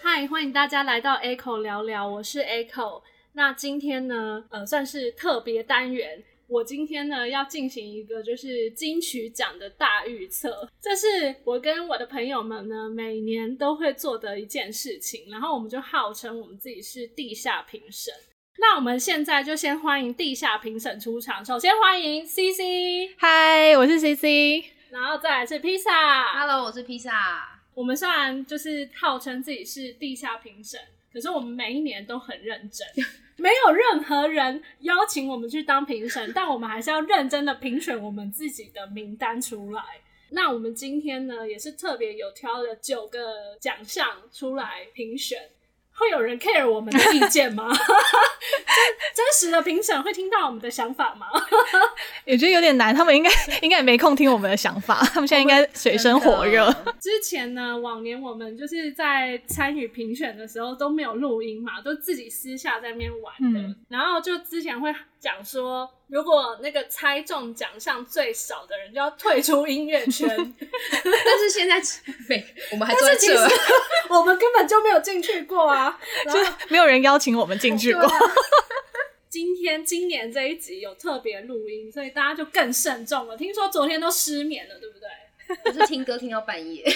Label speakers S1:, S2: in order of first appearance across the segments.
S1: 嗨，欢迎大家来到 Echo 聊聊，我是 Echo。那今天呢，呃，算是特别单元。我今天呢要进行一个就是金曲奖的大预测，这是我跟我的朋友们呢每年都会做的一件事情，然后我们就号称我们自己是地下评审。那我们现在就先欢迎地下评审出场，首先欢迎 C C，
S2: 嗨，我是 CC。
S1: 然后再来是披萨。
S3: Hello，我是披萨。
S1: 我们虽然就是号称自己是地下评审，可是我们每一年都很认真，没有任何人邀请我们去当评审，但我们还是要认真的评选我们自己的名单出来。那我们今天呢，也是特别有挑了九个奖项出来评选。会有人 care 我们的意见吗？ 真真实的评审会听到我们的想法吗？
S2: 也觉得有点难，他们应 该应该也没空听我们的想法， 他们现在应该水深火热。
S3: 真的
S1: 之前呢，往年我们就是在参与评选的时候都没有录音嘛，都自己私下在那边玩的。
S2: 嗯
S1: 然后就之前会讲说，如果那个猜中奖项最少的人就要退出音乐圈，
S3: 但是现在 没，我们还坐
S1: 但
S3: 在
S1: 是其实
S3: 这。
S1: 我们根本就没有进去过啊。然
S2: 就
S1: 后
S2: 是没有人邀请我们进去过
S1: 对，啊今天今年这一集有特别录音，所以大家就更慎重了。听说昨天都失眠了，对不对？
S3: 我是听歌听到半夜，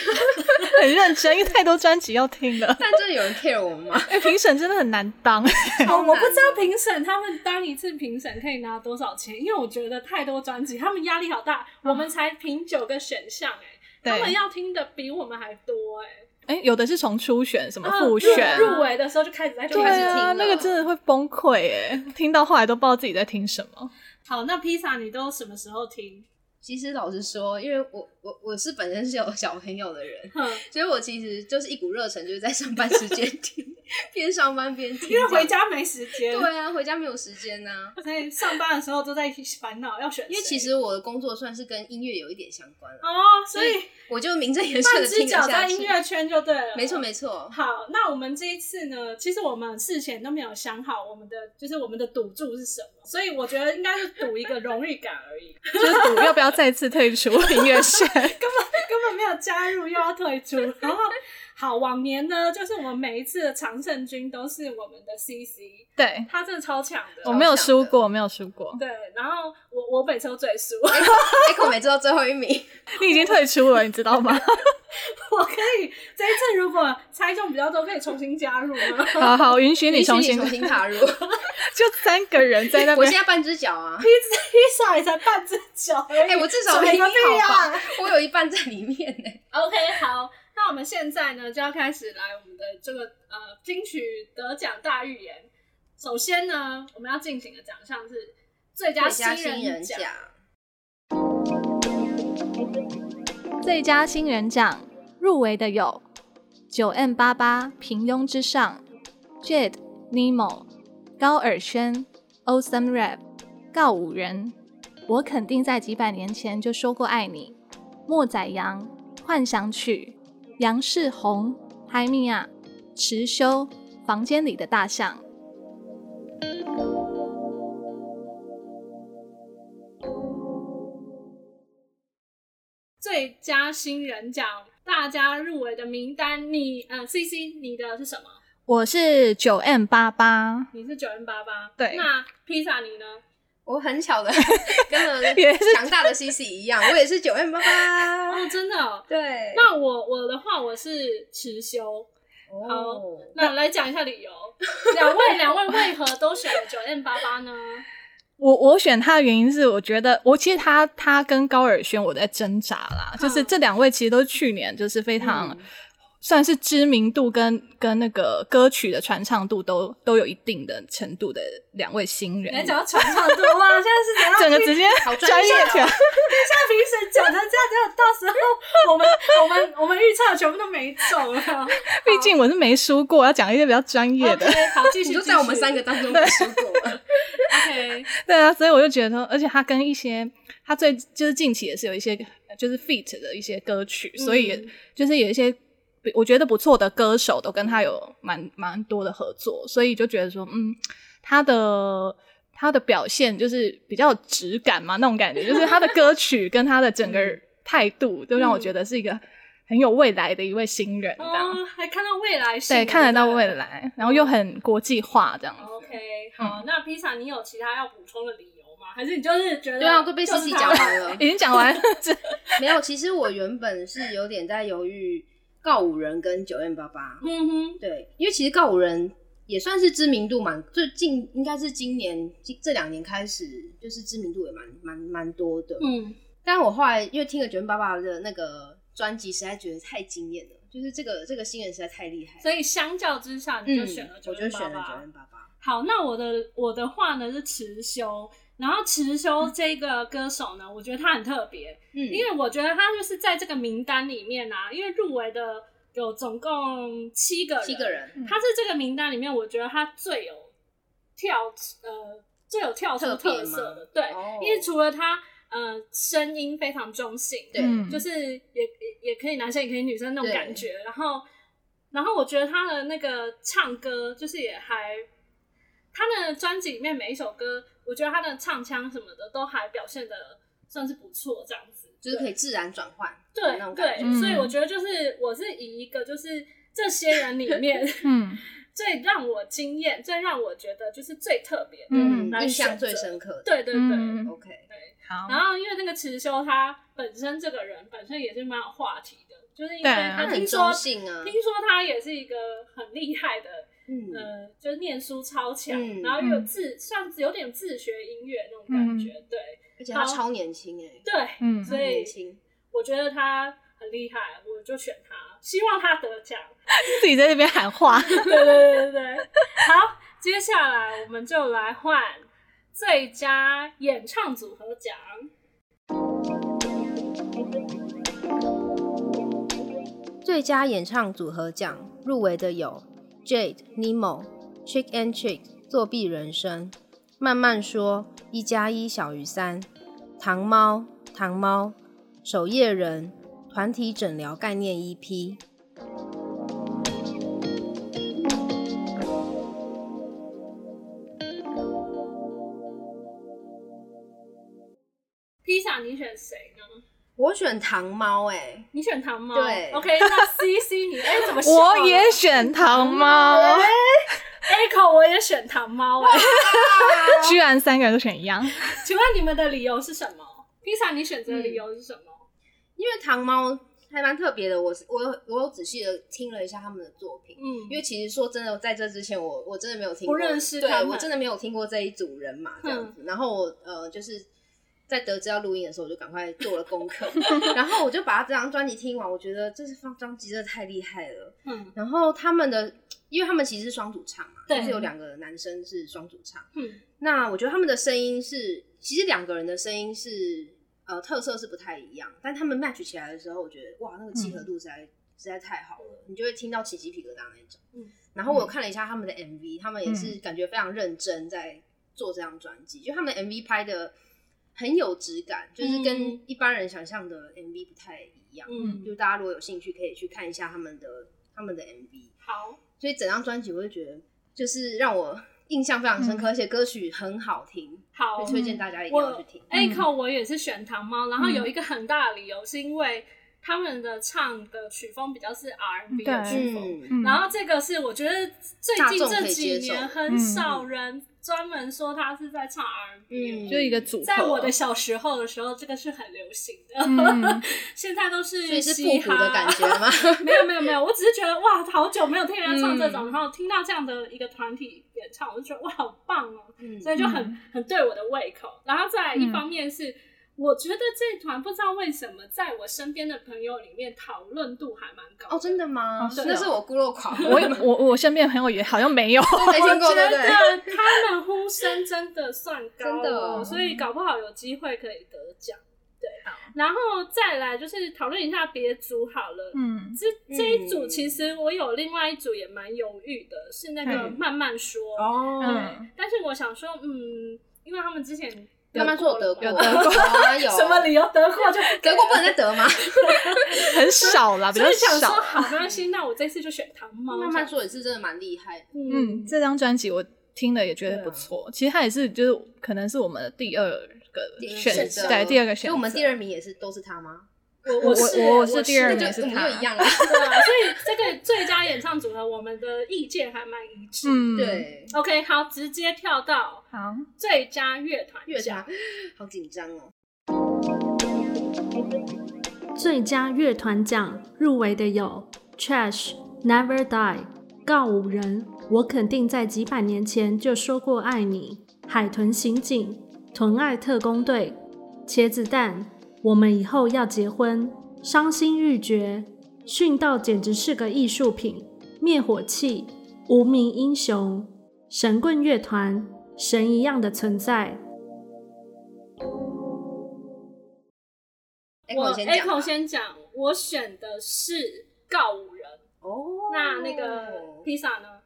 S2: 很认真，因为太多专辑要听了。
S3: 但真的有人 care 我们吗？
S2: 哎、评审真的很难当，
S1: 哦，我不知道评审他们当一次评审可以拿多少钱，因为我觉得太多专辑，他们压力好大。我们才评九个选项、哎，
S2: 对
S1: 他们要听的比我们还多、哎。
S2: 哎、有的是从初选什么
S1: 然
S3: 嗯
S1: 后
S2: 复
S1: 入
S2: 选，
S1: 入围的时候啊就开始在
S3: 就
S2: 对
S3: 啊开始听
S2: 啊，
S3: 了
S2: 那个真的会崩溃哎，听到后来都不知道自己在听什么。
S1: 好，那披萨你都什么时候听？
S3: 其实老实说，因为我我我是本身是有小朋友的人，
S1: 哼，
S3: 所以我其实就是一股热忱，就是在上班时间听， 边上班边 听，
S1: 因为回。家没时间，
S3: 对啊，回家没有时间呐、
S1: 所以上班的时候都在烦恼要选谁。
S3: 因为其实我的工作算是跟音乐有一点相关了、
S1: 哦，所以
S3: 我就名正言顺
S1: 半
S3: 的
S1: 只
S3: 听
S1: 脚
S3: 了下
S1: 在音
S3: 去。
S1: 乐圈就对了，
S3: 没错没错，
S1: 好，那我们这一次呢，其实我们事前都没有想好我们的就是我们的赌注是什么，所以我觉得应该是赌一个荣誉感而 已，
S2: 就是赌要不要再次退出音乐圈，
S1: 根本没有加入又要退出。然后，好，往年呢，就是我们每一次的常胜军都是我们的 CC，
S2: 对
S1: 他真的超强的，
S2: 我没有输过，我没有输过，
S1: 对，然后我我每次都最 输，
S3: Echo 每次都最后一 名，
S2: 你已经退出了，你知道吗？
S1: 我可以这一次如果猜中比较多，可以重新加入 吗？
S2: 好好，允许你重新
S3: 允许重新 踏入。
S2: 就三个人在那
S3: 我
S2: 边
S3: 现，在半只脚啊，
S1: 披萨也才半只脚而已，
S3: 哎、我至
S1: 什
S3: 少没
S1: 么屁啊！
S3: 吧，我有一半在里面 呢、
S1: OK，好，那我们现在呢就要开始来我们的这个呃金曲得奖大预言。首先呢，我们要进行的奖项是最佳
S3: 加新
S1: 人
S3: 人奖，
S2: 最佳新人奖入围的有九 M 八八、平庸之上、Jade、Nemo、高尔宣、Awesome Rap、告五人。我肯定在几百年前就说过爱你。莫宰羊、幻想曲、杨世宏、海米亚、池修、房间里的大象。
S1: 最佳新人奖，大家入围的名单，你呃 CC 你的是什么？
S2: 我是九 M 八八，
S1: 你是九零八八，
S2: 对
S1: 那披萨你呢？
S3: 我很巧 的跟了
S2: 也是
S3: 强大的 CC 一样，我也是九 M 八八。
S1: 哦，真的、哦。
S3: 对，
S1: 那我我的话我是持修，
S3: 哦
S1: 好那来讲一下理由。两位两位为何都选了九 M 八八呢？
S2: 我我选他的原因是，我觉得我其实他他跟高尔宣我在挣扎啦，
S1: 嗯
S2: 就是这两位其实都是去年就是非常、
S3: 嗯
S2: 算是知名度跟跟那个歌曲的传唱度都都有一定的程度的两位新人
S1: 来，讲到传唱度哇，
S3: 啊
S1: 现在是怎样？
S2: 整个直接
S3: 好 专
S2: 专
S3: 业
S2: 业
S3: 哦
S2: 起 来，
S1: 下评审讲成这样，真的到时候我们我们我们预测全部都没中啊了。
S2: 毕竟我是没输过，要讲一些比较专业的，
S1: OK，好，继续
S3: 你就
S1: 继续
S3: 在我们三个当中没输过了。
S1: OK，
S2: 对啊，所以我就觉得，而且他跟一些他最就是近期也是有一些就是 feat 的一些歌曲，所以也
S1: 嗯
S2: 就是有一些比我觉得不错的歌手都跟他有蛮蛮多的合作，所以就觉得说，嗯，他的他的表现就是比较有 质感嘛，那种感觉，就是他的歌曲跟他的整个
S3: 嗯
S2: 态度，都让我
S1: 嗯
S2: 觉得是一个很有未来的一位新人，这样、
S1: 哦，还看到未来性，
S2: 对，看得到
S1: 不
S2: 未来，然后又很国际化这样子。
S1: 哦 OK，好，那披萨你有其他要补充的理由吗？还是你就是觉得
S3: 对啊，都被
S1: 就是
S3: Cici
S1: 他
S3: 讲完了。
S2: 已经讲完了，这
S3: 没有，其实我原本是有点在犹豫告五人跟九 M 八八，
S1: 嗯哼，
S3: 对，因为其实告五人也算是知名度蛮，最近应该是今年今这两年开始，就是知名度也蛮蛮蛮多的。
S1: 嗯，
S3: 但我后来因为听了九 M 八八的那个专辑，实在觉得太惊艳了，就是这个这个新人实在太厉害了。
S1: 所以相较之下，你就选了
S3: 嗯，我就选了九
S1: 988
S3: M 八八。
S1: 好，那我的我的话呢是持修，然后持修这个歌手呢，我觉得他很特别，
S3: 嗯，
S1: 因为我觉得他就是在这个名单里面啊，因为入围的有总共七个人，
S3: 七个，人，
S1: 他是这个名单里面，我觉得他最有跳呃最有跳出
S3: 特别
S1: 特色
S3: 吗
S1: 的，对，
S3: 哦
S1: 因为除了他呃声音非常中性，
S3: 对
S2: 嗯
S1: 就是也也也可以男生也可以女生那种
S3: 对
S1: 感觉。然后，然后我觉得他的那个唱歌就是也还，他的专辑里面每一首歌，我觉得他的唱腔什么的都还表现的算是不错，这样子
S3: 就是可以自然转换，
S1: 对
S3: 那种感
S1: 对
S3: 觉。
S2: 嗯
S1: 所以我觉得就是我是以一个就是这些人里面
S2: 嗯
S1: 最让我惊艳、最让我觉得就是最特别的，
S2: 嗯
S1: 来
S3: 印
S1: 选
S3: 象
S1: 择
S3: 最深刻的。
S1: 对对对。
S2: 嗯，
S3: OK，
S2: 好，
S1: 然后因为那个池修他本身这个人本身也是蛮有话题的，就是因为
S2: 对啊
S1: 他
S3: 他
S1: 听
S3: 很
S1: 说
S3: 中性啊
S1: 听，说他也是一个很厉害的，
S3: 嗯，
S1: 呃，就是念书超强，
S3: 嗯
S1: 然后又有自、算是有点自学音乐那种感觉，对
S3: 而且他
S1: 好
S3: 超年轻哎，
S1: 对，
S2: 嗯
S1: 所
S3: 超
S1: 以
S3: 年轻，
S1: 我觉得他很厉害，我就选他，希望他得奖。
S2: 自己在那边喊话，
S1: 对对对对对， 好，接下来我们就来换最佳演唱组合奖。
S3: 最佳演唱组合奖入围的有 Jade、Nemo、Chick and Chick、作弊人生、慢慢说、一加一小于三、糖猫、糖猫、守夜人、团体诊疗概念 EP。
S1: 披萨，你选谁呢？
S3: 我选糖猫哎，
S1: 你选糖猫。
S3: 对
S1: ，OK，那 C C 你 哎、怎么笑
S2: 我
S1: 了
S2: 也选糖猫，
S1: Echo 我也选糖猫哎、
S2: 居然三个人都选一样，
S1: 请问你们的理由是什么？披萨，你选择的理由是什么？
S3: 因为糖猫还蛮特别的，我是我有我有仔细的听了一下他们的作品，
S1: 嗯，
S3: 因为其实说真的，在这之前我我真的没有听过，
S1: 不认识他
S3: 对
S1: 们嗯
S3: 我真的没有听过这一组人嘛这样子。然后我呃就是在得知要录音的时候，我就赶快做了功课， 然后我就把这张专辑听完，我觉得这是方张辑真的太厉害了。
S1: 嗯
S3: 然后他们的，因为他们其实是双主唱嘛，
S1: 对
S3: 就是有两个男生是双主唱。
S1: 嗯
S3: 那我觉得他们的声音是，其实两个人的声音是呃特色是不太一样，但他们 match 起来的时候，我觉得哇，那个
S1: 嗯
S3: 契合度实在、实在太好了，你就会听到起鸡皮疙瘩那种。
S1: 嗯
S3: 然后我有看了一下他们的 MV，他们也是感觉非常认真在做这张专辑，就他们的 MV 拍的很有质感，就是
S1: 嗯
S3: 跟一般人想象的 MV 不太一样。
S1: 嗯，
S3: 就大家如果有兴趣，可以去看一下他们的他们的 MV。
S1: 好，
S3: 所以整张专辑我就觉得，就是让我印象非常深刻，而且歌曲很好听，
S1: 好
S3: 所以。推荐大家一定要去听。
S1: Echo 哎我也是选糖猫，然后有一个很大的理由是因为他们的唱的曲风比较是 R&B 的
S2: 对
S1: 曲风。
S3: 嗯，
S1: 然后这个是我觉得最近这几年很少人专门说他是在唱 R&B，、
S3: 嗯
S2: 就一个组合，
S1: 在我的小时候的时候，这个是很流行的，
S2: 嗯
S1: 现在都是
S3: 所以是
S1: 嘻
S3: 复
S1: 哈
S3: 古的感觉吗？
S1: 没有没有没有，我只是觉得哇，好久没有听人家唱这种，然后听到这样的一个团体演唱，我就觉得哇，好棒哦，
S3: 嗯
S1: 所以就很、很对我的胃口。然后再来一方面是，我觉得这团不知道为什么在我身边的朋友里面讨论度还蛮高
S3: 哦，真
S1: 的。
S3: 的吗
S2: 哦是？哦
S3: 那是我孤陋寡闻，
S2: 我也我我身边的朋友也好像没有，
S3: 我没
S1: 我觉
S3: 听过，对
S1: 得
S3: 不 对？
S1: 他们呼声真的算高哦、
S3: 真的哦
S1: 所以搞不好有机会可以得奖。对，然后再来就是讨论一下别组好了。
S2: 嗯
S1: 这这一组其实我有另外一组也蛮犹豫的，是那个
S2: 嗯
S1: 慢慢说，
S3: 哦
S1: 对
S2: 嗯，
S1: 但是我想说，嗯，因为他们之前
S3: 慢慢说，我得过，
S1: 有
S2: 得过
S3: 啊， 有
S1: 什么理由得过就
S3: 得过不能再得吗？
S2: 很少啦，比
S1: 所
S2: 较
S1: 以想说
S2: 少。
S1: 好没关系，那我这次就选糖猫，
S3: 慢慢，说也是真的蛮厉害的，
S1: 嗯
S2: 嗯，这张专辑我听了也觉得
S3: 对啊
S2: 不错，其实它也是就是可能是我们的第二个
S3: 第二
S2: 选
S3: 选择
S2: 对第二个选择，
S3: 所以我们第二名也是都是他吗？
S1: 我我是
S2: 我我
S1: 是
S2: 是第二
S3: 那
S2: 名
S3: 就我
S2: 是
S3: 们
S2: 他
S3: 就 一样了。
S1: 啊，所以这个最佳演唱组合，我们的意见还蛮一致。
S2: 嗯，，
S3: 对，
S1: OK，好，直接跳到
S2: 好，
S1: 最佳乐团
S3: 乐
S1: 奖
S3: 团。好紧张哦。
S4: 最佳乐团奖入围的有 Trash、Never Die、告五人、我肯定在几百年前就说过爱你、海豚刑警、豚爱特工队、茄子蛋、我们以后要结婚、伤心欲绝、殉道简直是个艺术品、灭火器、无名英雄、神棍乐团、神一样的存在。
S1: 我
S3: Echo 先讲
S1: Echo
S3: 吧
S1: 先讲，我选的是告五人。
S3: 哦，
S1: 那那
S2: 哦
S1: 个披萨呢？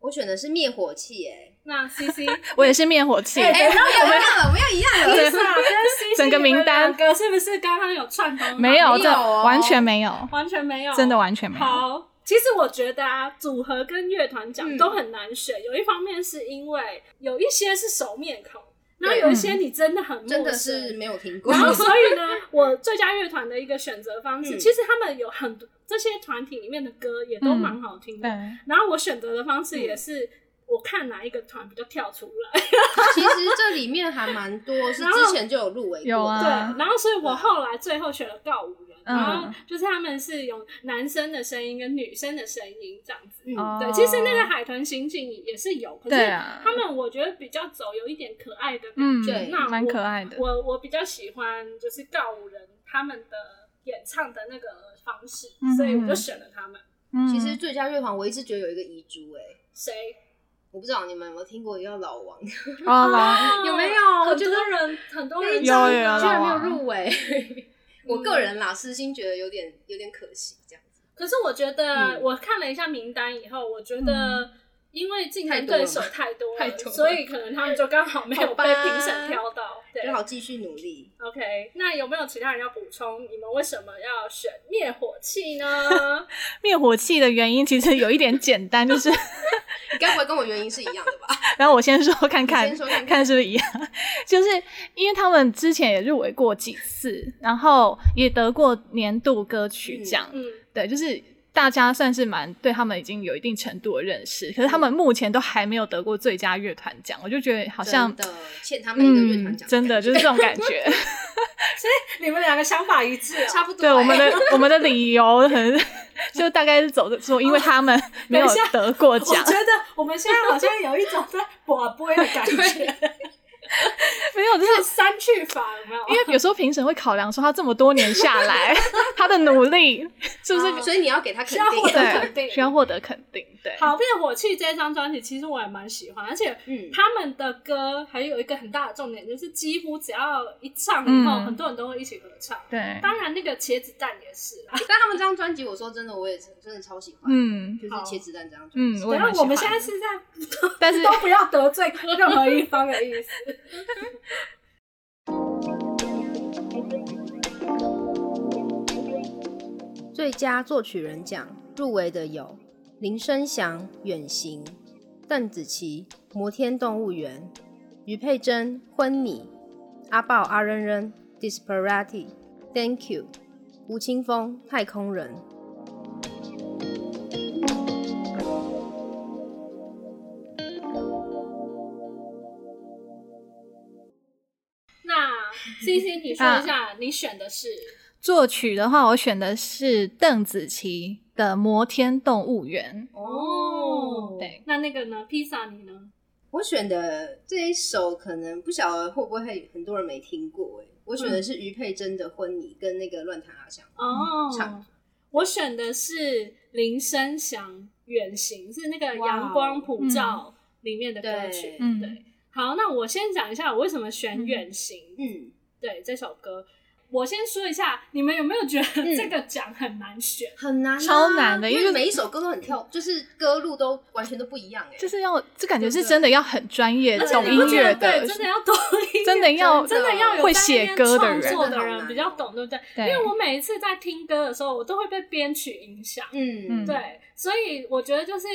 S3: 我选的是灭火器，哎，
S1: 那 CC
S2: 我也是灭火器，
S3: 哎，我们要一样了，我们要一样了。
S1: 披萨跟 CC
S2: 整个名
S1: 你
S2: 单
S1: 们两个是不是刚刚有串通好？
S2: 没有，啊这
S3: 没有哦
S2: 完全没有，
S1: 完全没有，
S2: 真的完全没有。
S1: 好，其实我觉得啊，组合跟乐团奖
S3: 嗯
S1: 都很难选。有一方面是因为有一些是熟面孔，
S3: 对
S1: 然后有一些你真的很陌生。
S3: 真的是没有听过
S1: 然。后所以 呢，我最佳乐团的一个选择方式，
S3: 嗯
S1: 其实他们有很多这些团体里面的歌也都蛮好听的。
S2: 对，
S1: 然后我选择的方
S2: 嗯
S1: 式也是，我看哪一个团比较跳出来。
S3: 其实这里面还蛮多，是
S1: 然后
S3: 之前就有入围过的
S2: 有啊
S1: 对，然后所以我后来最后选了告五人。然
S2: 嗯
S1: 后就是他们是有男生的声音跟女生的声音这样子，嗯
S2: 哦
S1: 对，其实那个海豚刑警也是有，可是
S2: 对啊
S1: 他们我觉得比较走有一点可爱的感
S2: 嗯
S1: 觉，
S3: 对
S1: 那，
S2: 蛮
S1: 我
S2: 可爱的。
S1: 我我比较喜欢就是告五人他们的演唱的那个方式，
S2: 嗯
S1: 所以我就选了他们。
S2: 嗯
S3: 其实最佳乐团，我一直觉得有一个遗珠，哎，
S1: 谁？
S3: 我不知道你们有没有听过一个叫老王，
S2: 哦，老
S1: 哦
S3: 有没有我
S1: 很
S3: 觉得
S1: 多人很多人
S2: 有
S1: 知道
S2: 有有
S3: 居然没有
S2: 老王嗯
S3: 入围。我个人啦，私心觉得有点有点可惜，这样子。
S1: 可是我觉得
S3: 嗯
S1: 我看了一下名单以后，我觉得。因为竞争对手嗯太多了，
S3: 太多了
S1: 所以可能他们就刚好没有
S3: 好
S1: 被
S3: 吧
S1: 评审挑到。对
S3: 就好继续努力。
S1: ，OK。那有没有其他人要补充？你们为什么要选灭火器呢？
S2: 灭火器的原因其实有一点简单，就是，
S3: 你该不会跟我原因是一样的吧？
S2: 然后我先说看看，
S3: 你先说看看
S2: 是不是一样， 就是因为他们之
S5: 嗯
S2: 前也入围过几次，然后也得过年度歌曲奖，
S1: 嗯，
S2: 对，就是大家算是蛮对他们已经有一定程度的认识，可是他们目前都还没有得过最佳乐团奖，我就觉得好像
S3: 真的欠他们一个乐团奖、
S2: 嗯，真的就是这种感觉。
S1: 你们两个想法一致、啊
S3: 差不多、欸
S2: 对我们的我们的理由很， 就大概是走着说，因为他们没有
S1: 等一啊下
S2: 得过奖，
S1: 得我们现在好像有一种在把杯的感觉，
S2: 没有就是
S1: 是三去法有没有？
S2: 因为有时候评审会考量说他这么多年下来 他的努力是不是、
S3: 哦所以你要给他肯
S1: 需要获
S3: 定。
S1: 得肯定
S2: 对需要获得肯定，对，
S1: 好，灭火器这张专辑其实我也蛮喜欢，而且
S3: 嗯
S1: 他们的歌还有一个很大的重点就是，几乎只要一唱以后，
S2: 嗯
S1: 很多人都会一起合唱。
S2: 对，
S1: 当然，那个茄子蛋也是啦。
S3: 但他们这张专辑，我说真的，我也是真的超喜欢，
S2: 嗯
S3: 就是茄子蛋这张专
S2: 嗯
S3: 辑。，
S2: 我也
S1: 然
S2: 蛮喜
S1: 后我们
S2: 欢
S1: 现在
S2: 的
S1: 是在，
S2: 但 是
S1: 都不要得 罪任何一方的意思。
S6: 最佳作曲人奖入围的有林生祥《远行》、邓紫棋《摩天动物园》、于佩珍《婚礼》、阿豹阿扔扔《Disparati》、Thank You、吴青峰《太空人》。
S1: 那 C C，你说一
S2: 啊
S1: 下你选的是
S2: 作曲的话，我选的是邓紫棋的《摩天动物园》。
S1: 哦，
S2: 对，
S1: 那那个呢？披萨你呢？
S3: 我选的这一首可能不晓得会不会很多人没听过哎、我选的是于佩珍的《婚礼》跟那个《乱弹阿香》。
S1: 哦
S2: 嗯
S3: 唱，
S1: 我选的是林声祥远行，是那个《
S3: 哇哦
S1: 阳光普照》里面的歌曲。
S3: 对
S2: 嗯
S1: 对，好，那我先讲一下我为什么选《远行》
S3: 嗯，
S1: 对这首歌。我先说一下，你们有没有觉得
S3: 嗯
S1: 这个奖很难选？
S3: 很难、啊，
S2: 超难的因
S3: 因
S2: 为
S3: 为每一首歌都很跳，就是歌路都完全都不一样哎、
S2: 就是要，这感觉是真的要很专业、
S1: 而且
S2: 懂
S1: 你不
S2: 音
S1: 觉得
S2: 乐
S1: 对，真的要懂音乐，
S2: 真的要
S1: 真的要有
S2: 会
S1: 在那边
S2: 写歌的
S1: 创
S2: 人
S1: 作的
S3: 真的好
S1: 人
S3: 难
S1: 比较懂，对不对？
S2: 对
S1: 因为我每一次在听歌的时候，我都会被编曲影响。
S3: 嗯
S2: 嗯
S1: 对，所以我觉得就是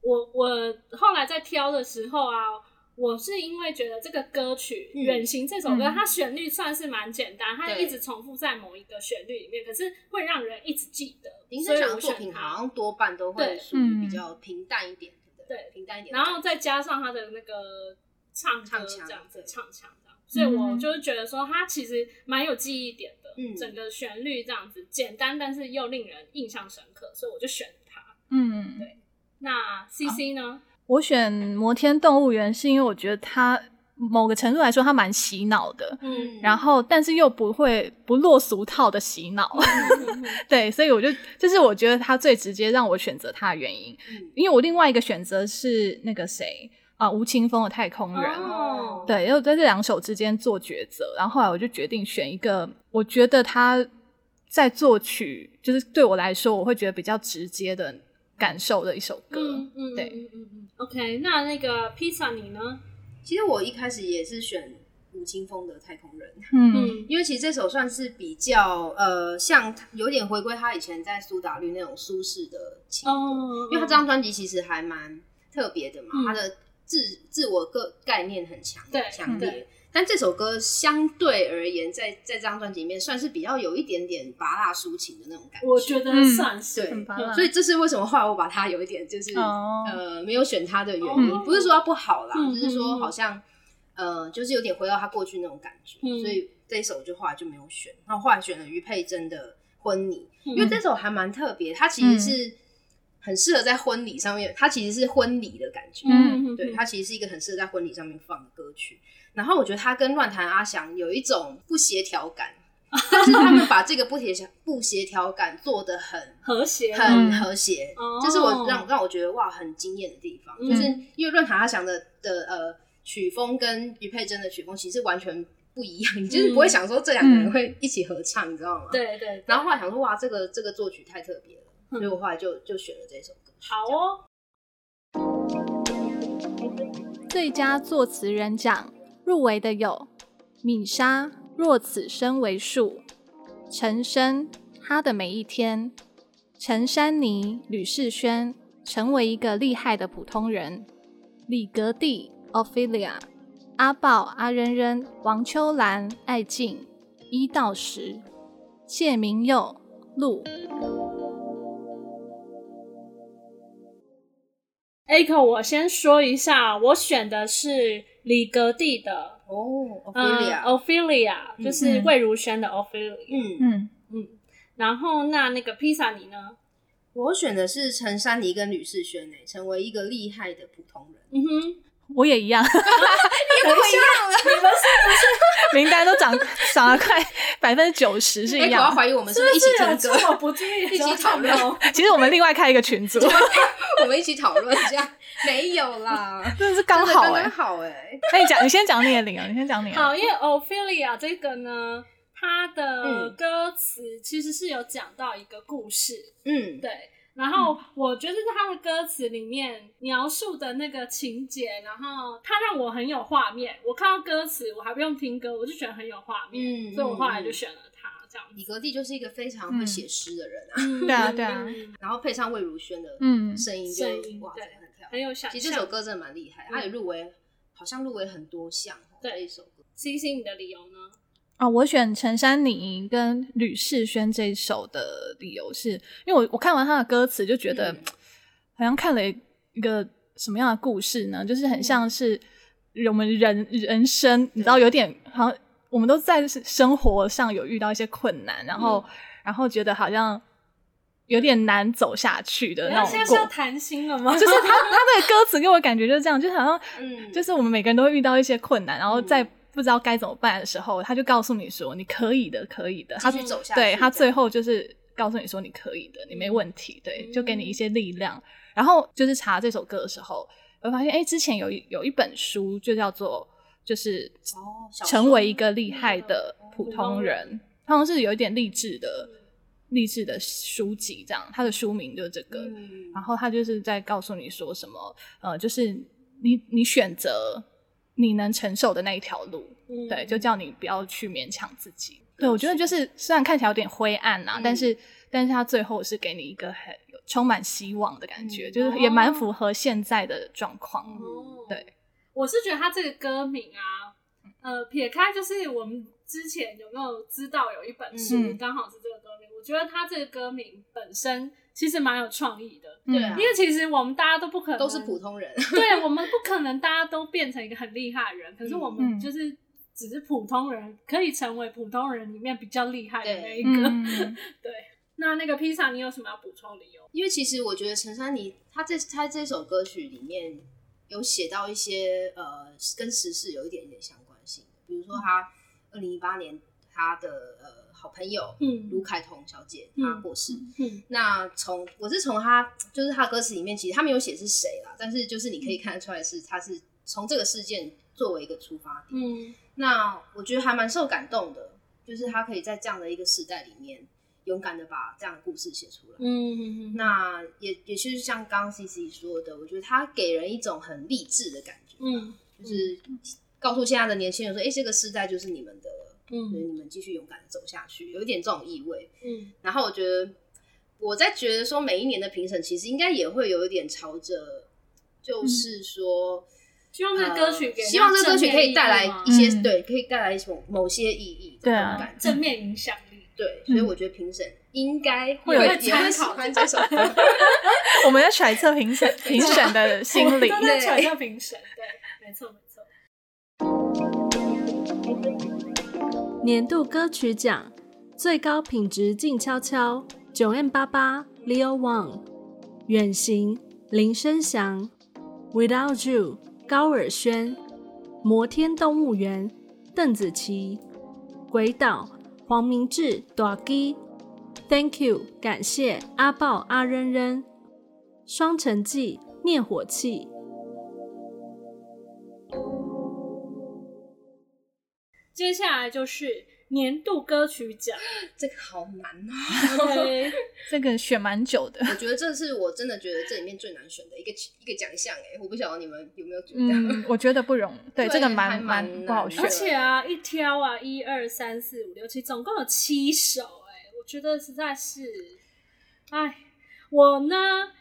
S1: 我我后来在挑的时候啊，我是因为觉得这个歌曲《
S3: 嗯
S1: 远行》这首歌，
S2: 嗯
S1: 它旋律算是蛮简单，它
S3: 对
S1: 一直重复在某一个旋律里面，可是会让人一直记得。
S3: 林
S1: 所
S3: 生
S1: 以
S3: 祥
S1: 我
S3: 的作
S1: 选
S3: 品
S1: 它
S3: 好。像多半都
S1: 对
S3: 会属于
S2: 嗯
S3: 比较平淡一点的，
S1: 对
S3: 平淡一点的
S1: 然
S3: 感觉。
S1: 后再加上他的那个唱歌
S3: 唱腔
S1: 这样子
S3: 对
S1: 唱腔这样，所以我
S2: 嗯
S1: 就是觉得说他其实蛮有记忆点的，
S3: 嗯
S1: 整个旋律这样子简单，但是又令人印象深刻，所以我就选他。
S2: 嗯，
S1: 那 C C 呢？
S2: 我选《摩天动物园》是因为我觉得它某个程度来说它蛮洗脑
S3: 啊
S2: 的，
S1: 嗯，
S2: 然后但是又不会不落俗套的洗脑，
S1: 嗯
S2: 对，所以我就这是我觉得它最直接让我选择它的原因，
S3: 嗯
S2: 因为我另外一个选择是那个谁啊、吴青峰的《太空人》
S1: 哦，
S2: 对，因为我在这两首之间做抉择，然后后来我就决定选一个，我觉得他在作曲，就是对我来说，我会觉得比较直接的感受的一首歌。
S1: 嗯嗯，
S2: 对
S1: 嗯嗯嗯，OK，那那个披萨你呢？
S3: 其实我一开始也是选吴青峰的《太空人》，
S2: 嗯
S1: 嗯
S3: 因为其实这首算是比较呃，像有点回归他以前在苏打绿那种舒适的情歌，
S1: 哦，
S3: 因为他这张专辑其实还蛮特别的嘛，
S1: 嗯
S3: 他的自自我个概念很强
S1: 对嗯
S3: 强
S1: 对
S3: 烈。但这首歌相对而言，在在这张专辑里面算是比较有一点点拔辣抒情的那种感觉。
S1: 我觉得
S2: 嗯
S1: 算是
S3: 对
S2: 很棒啊
S3: 所以这是为什么后来我把它有一点就是、
S2: 哦
S3: 呃没有选它的原因，
S1: 嗯
S3: 不是说它不好啦，
S1: 嗯
S3: 就
S1: 嗯嗯
S3: 是说好像呃就是有点回到他过去那种感觉，
S1: 嗯
S3: 所以这一首我就后来就没有选，然后后来选了于佩珍的《婚礼》，
S1: 嗯
S3: 因为这首还蛮特别，它其实是很适合在婚礼上面，它其实是婚礼的感觉，
S1: 嗯，嗯
S3: 对，，它其实是一个很适合在婚礼上面放的歌曲。然后我觉得它跟乱弹阿翔有一种不协调 感，但是他们把这个不协调不协调感做的很
S1: 和谐，
S3: 很和谐
S1: 哦，
S3: 这是我让让我觉得哇很惊艳的地方，
S1: 嗯
S3: 就是因为论坛他想的的呃曲风跟于佩珍的曲风其实完全不一样，你就是
S1: 嗯
S3: 不会想说这两个人会一起合唱，你知道吗？。
S1: 对对，
S3: 然后后来想说哇，这个这个作曲太特别了，
S1: 嗯
S3: 所以我后来就就选了这首歌。
S1: 好哦，
S5: 最佳作词人奖入围的有米莎《若此生为树》、陈升《他的每一天》、
S3: 嗯
S5: 陈珊妮、吕世轩《成为一个厉害的普通人》、李格弟《Ophelia》、阿豹、阿扔扔、王秋兰、艾静一到十、谢明佑、陆。
S1: Echo，我先说一下，我选的是李格弟的
S3: 哦
S1: 呃
S3: ，Ophelia，
S1: Ophelia，
S3: 嗯
S1: 就是魏如萱的 Ophelia。
S3: 嗯，
S2: 嗯
S1: 嗯，然后那那个披萨你呢？
S3: 我选的是陈珊妮跟吕世轩诶，成为一个厉害的普通人。
S1: 嗯哼，
S2: 我也一样，
S3: 啊
S2: 名单都涨涨了快百分之九十是 一
S3: 哎，我要
S2: 样。
S3: 怀疑哦我们是不是一起听
S1: 这
S3: 歌，
S1: 么不注意的
S3: 一
S1: 时候
S3: 起讨论，
S2: 其实我们另外开一个群 组，
S3: 我们一起讨论一下。没有啦，
S2: 真的是 刚好哎、
S3: 真的刚刚好哎、
S2: 那你讲，你先讲你的领啊，你先讲你 的。
S1: 好，因为 Ophelia 这个呢，它的
S3: 嗯
S1: 歌词其实是有讲到一个故事，
S3: 嗯，
S1: 对。然后
S2: 嗯
S1: 我觉得它的歌词里面描述的那个情节，然后它让我很有画面。我看到歌词，我还不用听歌，我就觉得很有画面，
S3: 嗯
S1: 所以我后来
S3: 嗯
S1: 就
S3: 嗯
S1: 选了它这样子嗯
S3: 李。格弟就是一个非常会写诗的人啊，
S1: 对
S2: 对啊对啊
S3: 然后配上魏如萱的
S2: 嗯
S3: 声音就，
S1: 声音
S3: 哇，
S1: 对
S3: 真的很漂
S1: 很
S3: 亮。
S1: 有想象。
S3: 其实这首歌真的蛮厉害，
S1: 嗯
S3: 他也入围，好像入围很多项哦。
S1: 对
S3: 这一首歌，
S1: 星星，你的理由呢？
S2: 啊、我选陈珊妮跟吕世轩这一首的理由是，因为我我看完他的歌词就觉得，
S3: 嗯
S2: 好像看了一个什么样的故事呢？就是很像是我们人人生，你知道，有点好像我们都在生活上有遇到一些困难，然后、然后觉得好像有点难走下去呃的那
S1: 那
S2: 种
S1: 现在是
S2: 过
S1: 要谈心了吗？
S2: 就是他他的歌词给我感觉就是这样，就是好像，
S3: 嗯
S2: 就是我们每个人都会遇到一些困难，然后在
S3: 嗯
S2: 不知道该怎么办的时候，他就告诉你说你可以的，可以的。他
S3: 继续走下去。
S2: 对他
S3: 这
S2: 最
S3: 样
S2: 后就是告诉你说你可以的，你没问题，对
S1: 嗯，
S2: 就给你一些力量。然后就是查这首歌的时候，我发现哎，诶之前有一有一本书就叫做就是
S3: 哦小
S2: 成
S3: 说嗯
S2: 为一个厉害的普
S1: 普通
S2: 通人，好像是有一点励志的励志的书籍这样，它的书名就是这个。
S3: 嗯
S2: 然后他就是在告诉你说什么，呃，就是你你选择你能承受的那一条路，
S1: 嗯
S2: 对，就叫你不要去勉强自己。对，我觉得就是虽然看起来有点灰暗啊，
S3: 嗯
S2: 但是但是他最后是给你一个很有充满希望的感觉，
S3: 嗯
S2: 就是也蛮
S1: 哦
S2: 符合现在的状况。
S3: 嗯
S1: 哦
S2: 对，
S1: 我是觉得他这个歌名啊，呃，撇开就是我们之前有没有知道有一本书
S2: 嗯
S1: 刚、好是这个歌名，我觉得他这个歌名本身其实蛮有创意的，
S2: 嗯
S3: 对啊
S1: 因，为其实我们大家都不可能
S3: 都是普，通人，
S1: 对我们不可能大家都变成一个很厉害的人，可是我们
S2: 嗯
S1: 就是只是普通人，可以成为普通人里面比较厉害的那一个。
S2: 嗯，
S1: 那那个披萨，你有什么要补充理由？
S3: 因为其实我觉得陈珊妮她这她这首歌曲里面有写到一些呃跟时事有一点点相关性，比如说她二零一八年她的呃好朋友
S1: 嗯
S3: 卢凯彤小姐她
S1: 嗯
S3: 过世，
S1: 嗯
S3: 那从我是从她就是她歌词里面其实她没有写是谁啦，但是就是你可以
S1: 嗯
S3: 看得出来是她是从这个事件作为一个出发点，
S1: 嗯
S3: 那我觉得还蛮受感动的，就是她可以在这样的一个时代里面勇敢的把这样的故事写出来。
S1: 嗯，
S3: 那也也是像刚刚 C C 说的，我觉得他给人一种很励志的感觉，
S1: 嗯
S3: 就是告诉现在的年轻人说，哎、这个时代就是你们的了，所以
S1: 嗯
S3: 你们继续勇敢的走下去，有一点这种意味。
S1: 嗯
S3: 然后我觉得我在觉得说，每一年的评审其实应该也会有一点朝着，就是说。
S1: 嗯希望这个歌曲给人
S3: 呃希望这个歌曲可以带来一些、
S2: 正面意义吗嗯
S3: 对，可以带来一种某些意义的
S2: 对啊
S3: 感觉
S1: 正面影响力。
S3: 对，所以我觉得评审应该
S2: 会有
S3: 也
S1: 参考
S3: 喜欢这首歌。
S2: 我们在揣测评审 评审的心理
S1: 都。在揣测评审，对，没错没错。
S4: 年度歌曲奖最高品质静悄悄，九 M 八八 Leo Wang，远行林声祥，Without You 高尔宣，摩天动物园邓紫棋，鬼岛黄明志 d o g Thank You 感谢阿豹阿扔扔，双城记灭火器。
S1: 接下来就是年度歌曲 奖
S3: 这个好难啊！
S1: ，OK，
S2: 这个选蛮久的，
S3: 我觉得这是我真的觉得这里面最难选的一个一个奖项哎，我不晓得你们有没有觉得？
S2: 嗯，我觉得不容，对
S3: 对
S2: 这个
S3: 还
S2: 蛮
S3: 蛮
S2: 蛮不好选
S1: 而
S3: 难
S1: 且啊，一挑啊，一二三四五六七，总共有七首、哎，我觉得实在是，哎。
S3: 嗯
S1: 我呢，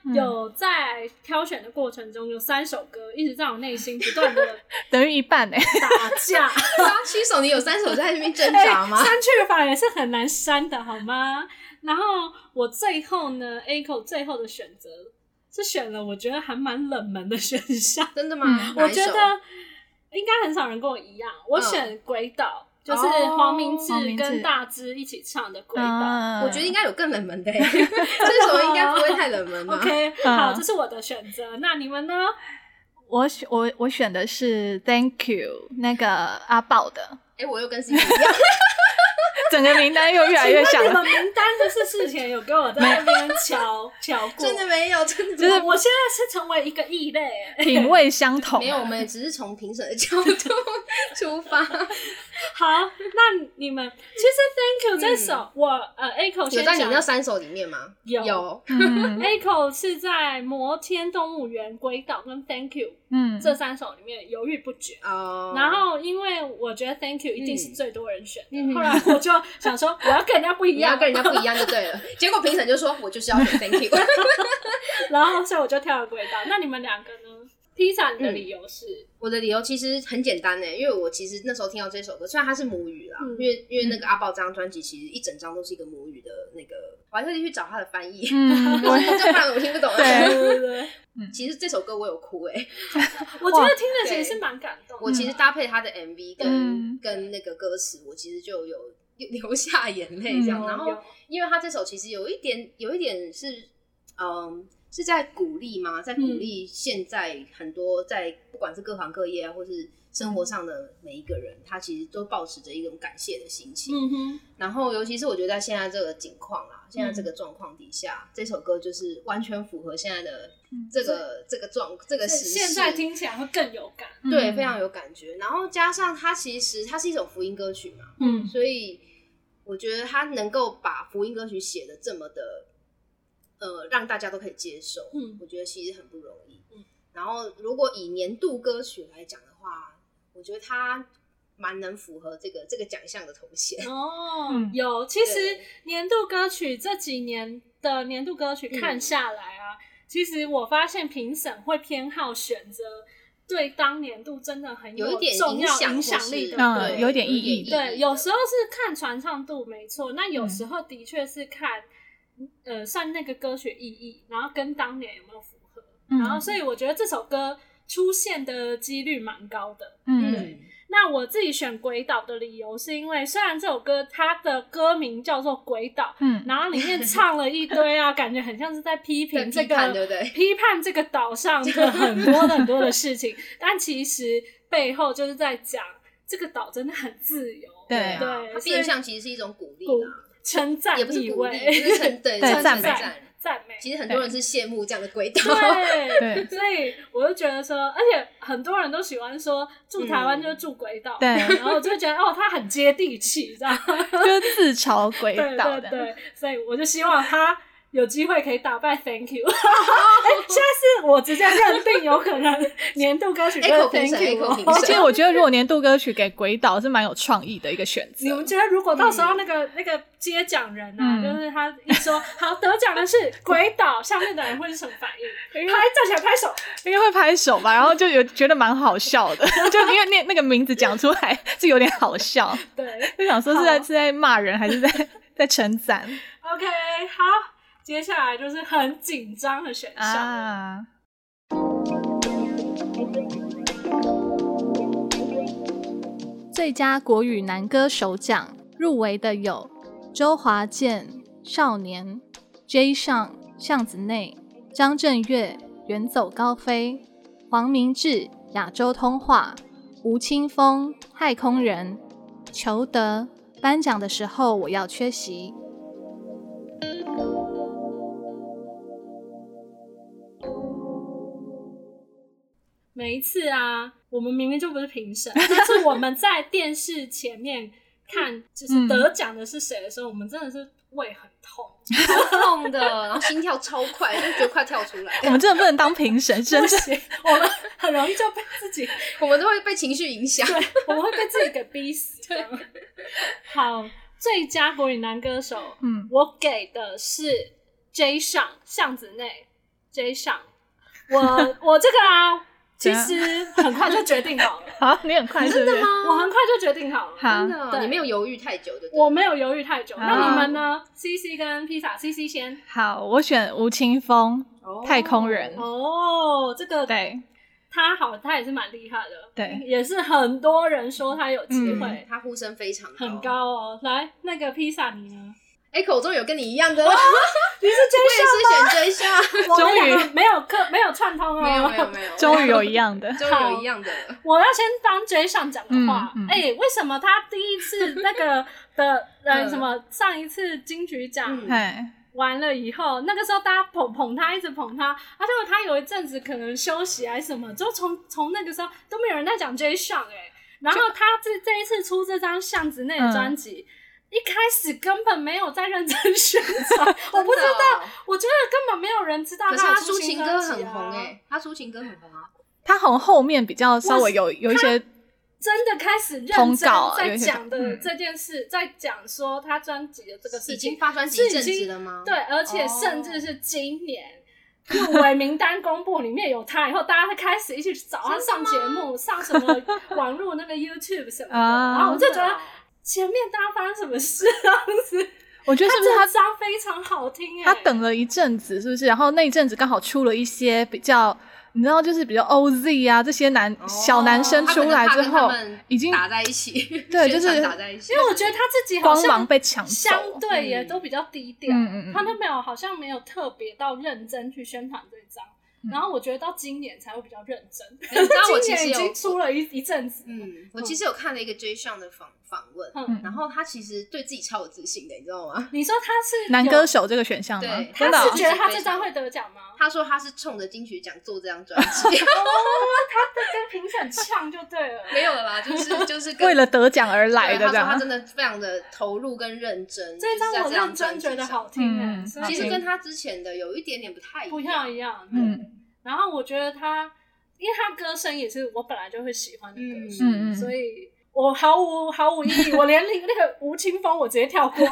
S2: 嗯
S1: 有在挑选的过程中，有三首歌一直在我内心不断的
S2: 等于一半哎、
S1: 打 架，
S3: 刚刚七首你有三首在那边挣
S1: 哎
S3: 扎吗？
S1: 删去法也是很难删的，好吗？然后我最后呢，Aiko 最后的选择是选了我觉得还蛮冷门的选项，
S3: 真的吗？
S2: 嗯
S1: 我
S3: 哪一
S1: 觉
S3: 首
S1: 得应该很少人跟我一样，我选《鬼岛》就是黄明志
S2: 哦嗯黄明志
S1: 跟大芝一起唱的《鬼岛》
S2: 嗯
S3: 我觉得应该有更冷门的哎， 这首应该不会太冷门啊吧
S1: OK，
S2: 嗯
S1: 好，这是我的选择。那你们呢？
S2: 我选我我选的是 Thank You 那个阿豹的，
S3: 哎，我又跟 C C 一样，
S2: 整个名单又越来越小
S1: 请问你
S2: 了
S1: 们。名单就是事前有跟我在那边瞧瞧 过，
S3: 真的没有，真的
S1: 就
S3: 没
S1: 是
S3: 有
S1: 我现在是成为一个异类、哎
S2: 品味相同，
S3: 没有，我们只是从评审的角度 出发，
S1: 好，那你们其实 Thank You
S2: 嗯
S1: 这首、我呃 Echo
S3: 有
S1: 先
S3: 在
S1: 讲
S3: 你那三首里面吗？
S1: 有
S3: 有，
S2: 嗯
S1: Echo 是在摩天动物园、鬼岛跟 Thank You
S2: 嗯，
S1: 这三首里面犹豫不决。
S3: 哦，
S1: 然后，因为我觉得 Thank You 一定是最多人选的，
S3: 嗯
S1: 后来我就想说，我要跟人家不一
S3: 你
S1: 样，
S3: 要跟人家不一样就 对了。结果评审就说我就是要选 Thank you。
S1: 然后所以我就跳了轨道。那你们两个呢？披萨，你的理由是，
S3: 我的理由其实很简单呢，欸因为我其实那时候听到这首歌，虽然它是母语啦，
S1: 嗯
S3: 因为因为那个阿豹这张专辑其实一整张都是一个母语的那个，我还特地去找他的翻 译，
S2: 嗯，
S3: 我这不然我听不懂啊。
S2: 对
S1: 对对对，
S3: 其实这首歌我有哭哎，
S1: 我觉得听着其
S3: 对
S1: 实是蛮感动的。
S3: 我其实搭配他的 MV 跟、
S2: 嗯
S3: 跟那个歌词，我其实就有 流流下眼泪这样。
S1: 嗯
S3: 然后因为他这首其实有一点有一点是，嗯，是在鼓励嘛，在鼓
S1: 嗯
S3: 励现在很多在不管是各行各业啊，或是生
S1: 嗯
S3: 活上的每一个人，他其实都保持着一种感谢的心情。
S1: 嗯哼，
S3: 然后尤其是我觉得在现在这个境况啦，现在
S1: 嗯
S3: 这个状况底下，这首歌就是完全符合现在的
S1: 嗯
S3: 这个、这个状这个时
S1: 现
S3: 事
S1: 在听起来会更有感。
S3: 对，
S2: 嗯
S3: 非常有感觉。然后加上它其实它是一首福音歌曲嘛，
S1: 嗯
S3: 所以我觉得它能够把福音歌曲写的这么的，呃，让大家都可以接受，
S1: 嗯
S3: 我觉得其实很不容易。
S1: 嗯
S3: 然后如果以年度歌曲来讲的话，我觉得它蛮能符合这个这个奖项的头 衔。
S1: 哦，
S2: 嗯
S1: 有。其实
S3: 对
S1: 年度歌曲这几年的年
S3: 嗯
S1: 度歌曲看下来啊，其实我发现评审会偏好选择对当年度真的很
S3: 有一点
S1: 重
S3: 影
S1: 要
S3: 响
S1: 影
S3: 或
S1: 响
S3: 是
S1: 力的
S2: 嗯
S1: 歌
S3: 对
S2: 有点意义
S1: 对，有时候是看传唱度没错，那有
S2: 嗯
S1: 时候的确是看、呃算那个歌曲意义，然后跟当年有没有符合，
S2: 嗯
S1: 然后所以我觉得这首歌出现的几率蛮高的。
S2: 嗯
S3: 嗯，
S1: 那我自己选《鬼岛》的理由是因为，虽然这首歌它的歌名叫做《鬼岛》，
S2: 嗯
S1: 然后里面唱了一堆啊，感觉很像是在批评这
S3: 在批
S1: 个
S3: 判对不对
S1: 批判这个岛上 的很多的很多的事情，但其实背后就是在讲这个岛真的很自由，
S2: 对
S3: 对
S2: 啊
S3: 啊，它
S1: 所以
S3: 变相其实是一种鼓励
S1: 鼓
S3: 啦，
S1: 称赞
S3: 也不是
S1: 意
S3: 鼓
S1: 味
S3: 励， 就是称对
S2: 对
S3: 称
S2: 赞美
S3: 赞。
S1: 赞 美，
S3: 其实很多人是羡慕这样的轨道，
S1: 对，
S2: 对
S1: 所以我就觉得说，而且很多人都喜欢说住台湾
S3: 嗯
S1: 就是住鬼岛，
S2: 对
S1: 然后我就会觉得哦，它很接地气，这样，
S2: 就是自嘲鬼
S1: 对
S2: 岛
S1: 对
S2: 的，
S1: 对，所以我就希望他有机会可以打败 Thank You。哎现在是我直接认定有可能年度歌曲就是
S3: Echo 评
S1: Thank
S3: 审
S1: You，
S3: Echo
S1: 哦
S3: 评
S2: 而且
S3: 审
S2: 我觉得如果年度歌曲给鬼岛是蛮有创意的一个选择
S1: 你。们觉得如果到时
S3: 嗯
S1: 候那个、那个接奖人啊，
S2: 嗯
S1: 就是他一说好得奖的是鬼岛，下面的人会是什么反应？拍站起来拍手，
S2: 应该会拍手吧，然后就有觉得蛮好 笑的，就因为那那个名字讲出来就有点好笑，
S1: 对。
S2: 就想说是在
S1: 好
S2: 是在骂人还是在 在称赞
S1: OK，好，接下来就是很紧张的选项了。
S2: 啊？
S5: 最佳国语男歌手奖入围的有周华健、少年、J 上、巷子内、张震岳、远走高飞、黄明志、亚洲通话、吴青峰、太空人、裘德。颁奖的时候我要缺席。
S1: 每一次啊，我们明明就不是评审，但是我们在电视前面看，就是
S2: 嗯
S1: 得奖的是谁的时候，我们真的是胃很痛。
S3: 超痛的，然后心跳超快，就觉得快跳出来。
S2: 我们真的不能当评审，真
S1: 不
S2: 的
S1: 行，我们很容易就被自己，
S3: 我们都会被情绪影响。
S1: 对，我们会被自己给逼死。这样好，最佳国语男歌手，
S2: 嗯，
S1: 我给的是 J 上巷子内 J 上，我我这个啊，其实很快就决定好了，
S2: 好，你很快是不是？
S1: 我很快就决定好了。
S2: 好
S3: 真的哦，
S1: 对
S3: 你没有犹豫太久的。
S1: 我没有犹豫太久，
S2: 好
S1: 那你们呢？CC 跟披萨，CC 先。
S2: 好，我选吴青峰，太空人，
S1: 哦，这个
S2: 对
S1: 他好，他也是蛮厉害的，
S2: 对
S1: 也是很多人说他有机会
S3: 对，，他呼声非常
S1: 嗯很。高哦。来，那个披萨你呢？
S3: Echo 终于有跟你一样的了，你是我也是选 J
S1: 我们
S2: 终于
S1: 两个没有课，没有串通哦，
S3: 上，没有没有。没有，，
S2: 终于有一样的
S3: 终于有一样的了。
S1: 我要先当追上讲的话，哎、
S2: 嗯嗯
S1: 为什么他第一次那个的呃
S3: 嗯
S1: 什么上一次金曲奖
S3: 嗯
S2: 哎，
S1: 完了以后，那个时候大家捧捧他，一直捧他，而且他有一阵子可能休息还是什么，就从从那个时候都没有人在讲 J 上哎、然后他这这一次出这张巷子内的专辑。
S3: 嗯
S1: 一开始根本没有在认真宣 传，我不知道，
S3: 真的哦。
S1: 我觉得根本没有人知道
S3: 可是
S1: 他
S3: 他
S1: 的
S3: 抒
S1: 新
S3: 情
S1: 专
S3: 歌
S1: 辑啊
S3: 很红哎，他抒情歌很红啊。
S2: 他好像后面比较稍微有有一些，
S1: 真的开始认
S2: 通
S1: 真
S2: 告
S1: 在
S2: 有一些
S1: 讲的
S2: 嗯
S1: 这件事，在讲说他专辑的这个事
S3: 已
S1: 情
S3: 经发专辑
S1: 是
S3: 一
S1: 已
S3: 阵
S1: 经
S3: 子了吗？哦
S1: 对，而且甚至是今年入围名单公布里面有他以后，大家会开始一起找他上节目，上什么 网络那个 YouTube 什么的，
S2: 啊
S1: 然后我就觉得前面大家发生什么 事这样子，
S2: 我觉得是不是
S1: 他
S2: 他
S1: 这张非常好听哎、
S2: 他等了一阵子，是不是？然后那一阵子刚好出了一些比较，你知道，就是比较 OZ 啊这些男、
S3: 哦
S2: 小男生出来之
S3: 他可能怕
S2: 后
S3: 跟他们，
S2: 已经
S3: 打在一起，
S2: 对就是
S3: 宣传打在一起，
S1: 因为我觉得他自己好
S2: 光芒
S1: 像
S2: 被抢走
S1: 相
S2: 了。
S1: 对也
S3: 嗯
S1: 都比较低调，
S2: 嗯嗯嗯
S1: 他都没有好像没有特别到认真去宣传这一张。
S2: 嗯
S1: 然后我觉得到今年才会比较认真，
S3: 哎你知道我
S1: 今
S3: 其
S1: 年
S3: 实
S1: 已
S3: 有
S1: 经出了一一阵子，
S3: 嗯，我其实有看了一个 J 上的访访问，
S1: 嗯
S3: 然后他其实对自己超有自信的，你知道吗？
S1: 你说他是
S2: 男
S1: 有
S2: 歌，手这个选项吗
S3: 对？
S1: 他
S2: 真的哦、
S1: 是觉得他这张会得奖吗？
S3: 他说他是冲着金曲奖做这张专辑，
S1: 跟评审呛就对了。
S3: 没有了啦，就是就是 跟
S2: 为了得奖而来的
S3: 对
S2: 这
S3: 他说
S2: 样。
S3: 他
S2: 啊
S3: 真的非常的投入跟认真，
S1: 这张
S3: 就是
S1: 我
S3: 在张
S1: 认真觉得好听哎、
S2: 嗯
S1: 真的
S3: 专辑上。其
S2: 好
S3: 实
S2: 听
S3: 跟他之前的有一点点不太
S1: 不
S3: 一
S1: 太
S3: 样，
S1: 一样。对
S2: 嗯
S1: 然后我觉得他，因为他歌声也是我本来就会喜欢的歌
S3: 嗯
S1: 声，
S2: 嗯嗯
S1: 所以我毫无毫无意 义，我连那个那个吴青峰我直接跳过，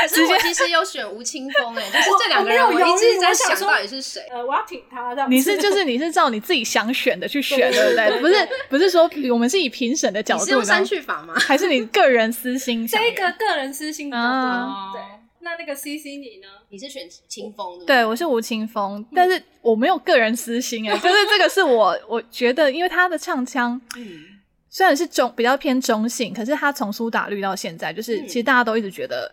S3: 可是我其实有选吴青峰哎、就是这两个人
S1: 我没有
S3: 一
S1: 犹豫
S3: 直在
S1: 我想
S3: 想
S1: 说
S3: 到底是谁。
S1: 呃，我要挺他这样子。
S2: 你是就是你是照你自己想选的去选，
S1: 对
S2: 对
S1: 对
S2: 不对？不是不是说我们是以评审的角
S3: 你
S2: 度，
S3: 是用
S2: 然后
S3: 删去法吗？
S2: 还是你个人私心想
S1: 这
S2: 的？
S1: 个个人私心比较多。
S2: 啊
S1: 对，那那个 CC 你呢？
S3: 你是选清风的，
S2: 对，我是吴青峰，但是我没有个人私心哎、就是这个是我我觉得，因为他的唱腔
S3: 嗯，
S2: 虽然是中比较偏中性，可是他从苏打绿到现在，就是
S3: 嗯
S2: 其实大家都一直觉得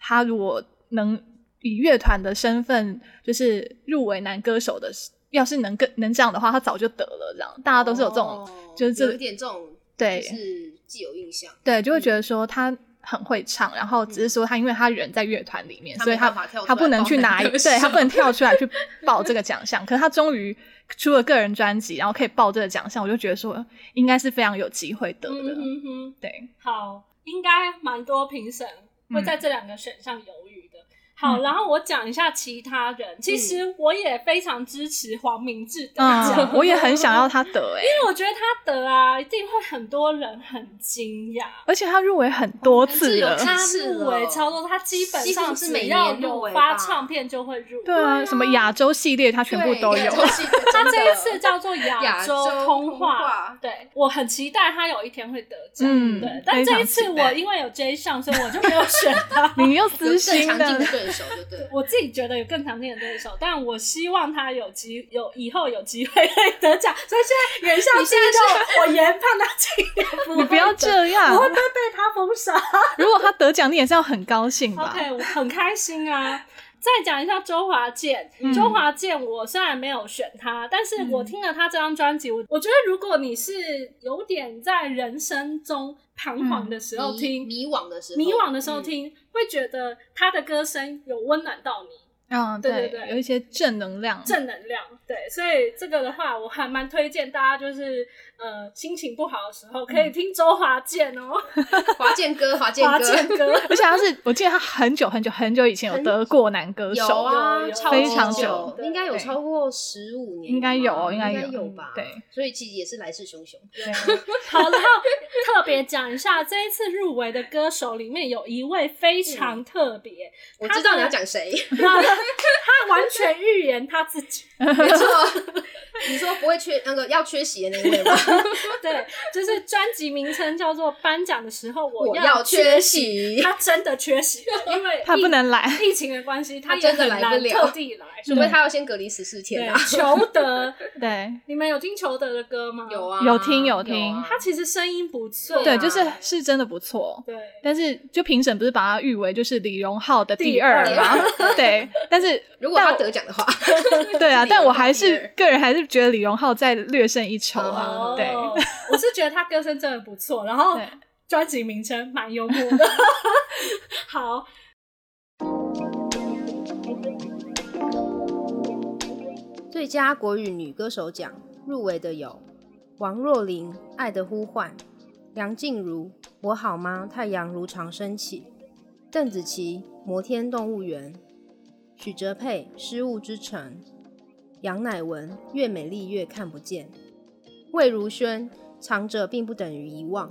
S2: 他如果能以乐团的身份就是入围男歌手的，要是能跟能这样的话，他早就得了这样，大家都是有这种、
S3: 哦
S2: 就是这
S3: 有一点这种，
S2: 对
S3: 就是既有印象，
S2: 对，就会觉得说他很会唱，然后只是说他因为他人在乐团里面，
S3: 嗯他
S2: 所以
S3: 没
S2: 他
S3: 办法跳出来
S2: 他不能
S3: 报
S2: 去
S3: 那
S2: 拿，
S3: 个
S2: 对他
S3: 奖
S2: 不能跳出来去报这个奖项。可是他终于出了个人专辑，然后可以报这个奖项，我就觉得说应该是非常有机会得
S1: 嗯
S2: 的。
S1: 哼哼，
S2: 对，
S1: 好，应该蛮多评审会在这两个选项犹豫的。好，
S2: 嗯
S1: 然后我讲一下其他人。其实我也非常支持黄明志得奖，
S2: 嗯，我也很想要他得哎、
S1: 因为我觉得他得啊，一定会很多人很惊讶。
S2: 而且他入围很多次
S3: 有
S2: 了。
S3: 看
S1: 他
S3: 哦是
S1: 入围
S3: 哦
S1: 超多，他基本
S3: 几乎
S1: 上
S3: 是
S1: 只
S3: 每
S1: 要
S3: 年入
S1: 有
S3: 围
S1: 发
S3: 吧
S1: 唱片就会入围。
S2: 对啊，什么亚洲系列他全部都
S3: 对
S2: 有。
S3: 就是
S1: 他
S3: 真的
S1: 这一次叫做亚
S3: 亚
S1: 洲
S3: 洲
S1: 通
S3: 通
S1: 话，
S3: 话
S1: 对我很期待他有一天会得奖。
S2: 嗯
S1: 对，但这一次
S2: 非常期待。
S1: 我因为有 J 上，所以我就没有选他
S2: 你又私
S3: 啊有更
S2: 心
S3: 强劲
S2: 的
S3: 的，对手，就对了。
S1: 我自己觉得有更强劲的对手，但我希望他有机有以后有机会可以得奖。所以现在袁绍
S3: 你
S1: 基
S3: 现在
S1: 就我研判他今年不
S2: 你不要
S1: 会得
S2: 这样
S1: 我。会不会被他封杀。
S2: 如果他得奖，你也是要很高兴吧？
S1: OK，我很开心啊。再讲一下周华健，
S2: 嗯
S1: 周华健，我虽然没有选他，但是我听了他这张专辑，我我觉得如果你是有点在人生中彷徨的时候
S3: 迷
S1: 听，
S3: 迷惘的时候，
S1: 迷惘的时候
S3: 嗯，
S1: 听，会觉得他的歌声有温暖到你，
S2: 嗯，
S1: 对对对
S2: 有一些正能量。
S1: 正能量。对，所以这个的话，我还蛮推荐大家，就是呃心情不好的时候可以听周华健哦，
S3: 华健哥，华嗯健
S1: 华
S3: 哥，
S1: 健歌。
S2: 而且他是，我记得他很久很久很久以前有得过男歌
S3: 有
S2: 手，
S1: 有
S3: 啊，
S1: 有
S3: 超
S2: 非
S3: 级
S2: 常
S3: 久
S2: 久，
S3: 应该有
S2: 对
S3: 超过十五年了吗，
S2: 应该有，
S3: 应
S2: 该
S3: 有，
S2: 有嗯
S3: 吧？
S2: 对，
S3: 所以其实也是来势汹汹。
S1: 好，然后特别讲一下，这一次入围的歌手里面有一位非常特别，
S3: 我
S1: 他
S3: 知道
S1: 的
S3: 你要讲 谁，
S1: 他他完全预言他自己，
S3: 没错，你说不会缺那个要缺席的那位吗？
S1: 对，就是专辑名称叫做《颁奖的时候
S3: 我
S1: 要
S3: 要缺
S1: 席》，
S3: 席，
S1: 他真的缺席了， 因为
S2: 他不能来
S1: 疫疫情的关系，他
S3: 他
S1: 也
S3: 真的
S1: 很
S3: 来
S1: 难
S3: 不了
S1: 特地来，
S3: 除非他要先隔离十四天
S1: 对
S3: 啊。
S1: 裘德，
S2: 对，
S1: 你们有听裘德的歌吗？
S3: 有，啊，
S2: 有听有听
S3: 啊
S1: 他其实声音不错，
S2: 对，
S3: 啊
S2: 就是是真的不错。
S1: 对。
S2: 但是就评审不是把他誉为就是李荣浩的
S1: 第
S2: 第二
S1: 二
S2: 吗？ 对，但是
S3: 如果他
S2: 但
S3: 得奖的话，
S2: 对 啊，
S3: 啊李荣浩
S2: 但我还是
S3: 第
S2: 个
S3: 二
S2: 人还是觉得李荣浩再略胜一筹啊。
S1: 哦，
S2: 对，
S1: 我是觉得他歌声真的不错，然后
S2: 对
S1: 专辑名称蛮幽默的。好，
S6: 最佳国语女歌手奖入围的有王若琳《爱的呼唤》，梁静茹《我好吗》，太阳如常升起，邓紫棋《摩天动物园》，许哲佩《失物之城》，杨乃文《越美丽越看不见》，魏如萱《藏着并不等于遗忘》。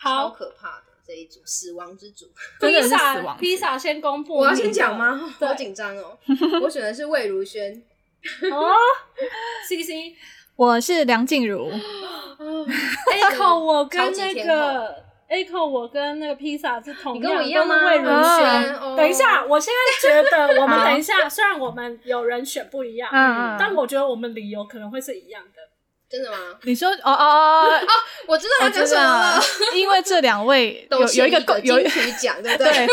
S3: 超
S1: 好，
S3: 可怕的这一组，死亡之组。
S2: 真的
S1: 披
S2: 是死
S1: 萨
S2: 亡
S1: 披萨先公布，
S3: 我要先 讲？吗？
S1: 对
S3: 好紧张 哦。我选的是魏如萱，
S1: 哦，C C，
S2: 我是梁静茹，
S1: 哦 Echo，我跟
S3: 超级
S1: 那
S3: 天
S1: 个 Echo，我跟那个披萨是同
S3: 你跟我一样
S1: 都是
S3: 吗
S1: 魏如萱。
S6: 啊
S3: 哦
S1: 等一下，我现在觉得我们
S2: 好
S1: 等一下，虽然我们有人选不一样，
S2: 嗯嗯
S1: 但我觉得我们理由可能会是一样的。
S3: 真的吗？
S2: 你说哦哦 哦，
S3: 我知道
S2: 我
S3: 他讲
S2: 知
S3: 什么
S2: 道
S3: 了。，
S2: 因为这两位 有
S3: 董
S2: 有
S3: 贤
S2: 一个
S3: 义
S2: 共
S3: 的
S2: 有一
S3: 金曲奖，对 不
S2: 对？，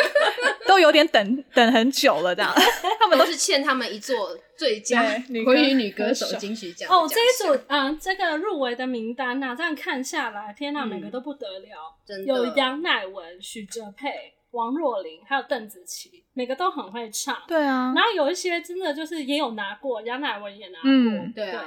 S2: 都有点等等很久了，这样。
S3: 他们都是欠他们一座最佳
S2: 对女歌
S3: 国语女歌手金曲奖的
S1: 哦，
S3: 奖
S1: 这一
S3: 项
S1: 组，嗯，这个入围的名单呐、这样看下来，天呐，每个都不得了，
S3: 嗯真的
S1: 有杨乃文、许哲佩、王若琳，还有邓紫棋，每个都很会唱。
S2: 对啊
S1: 然，后有一些真的就是也有拿过，杨乃文也拿过，
S2: 嗯
S3: 对啊，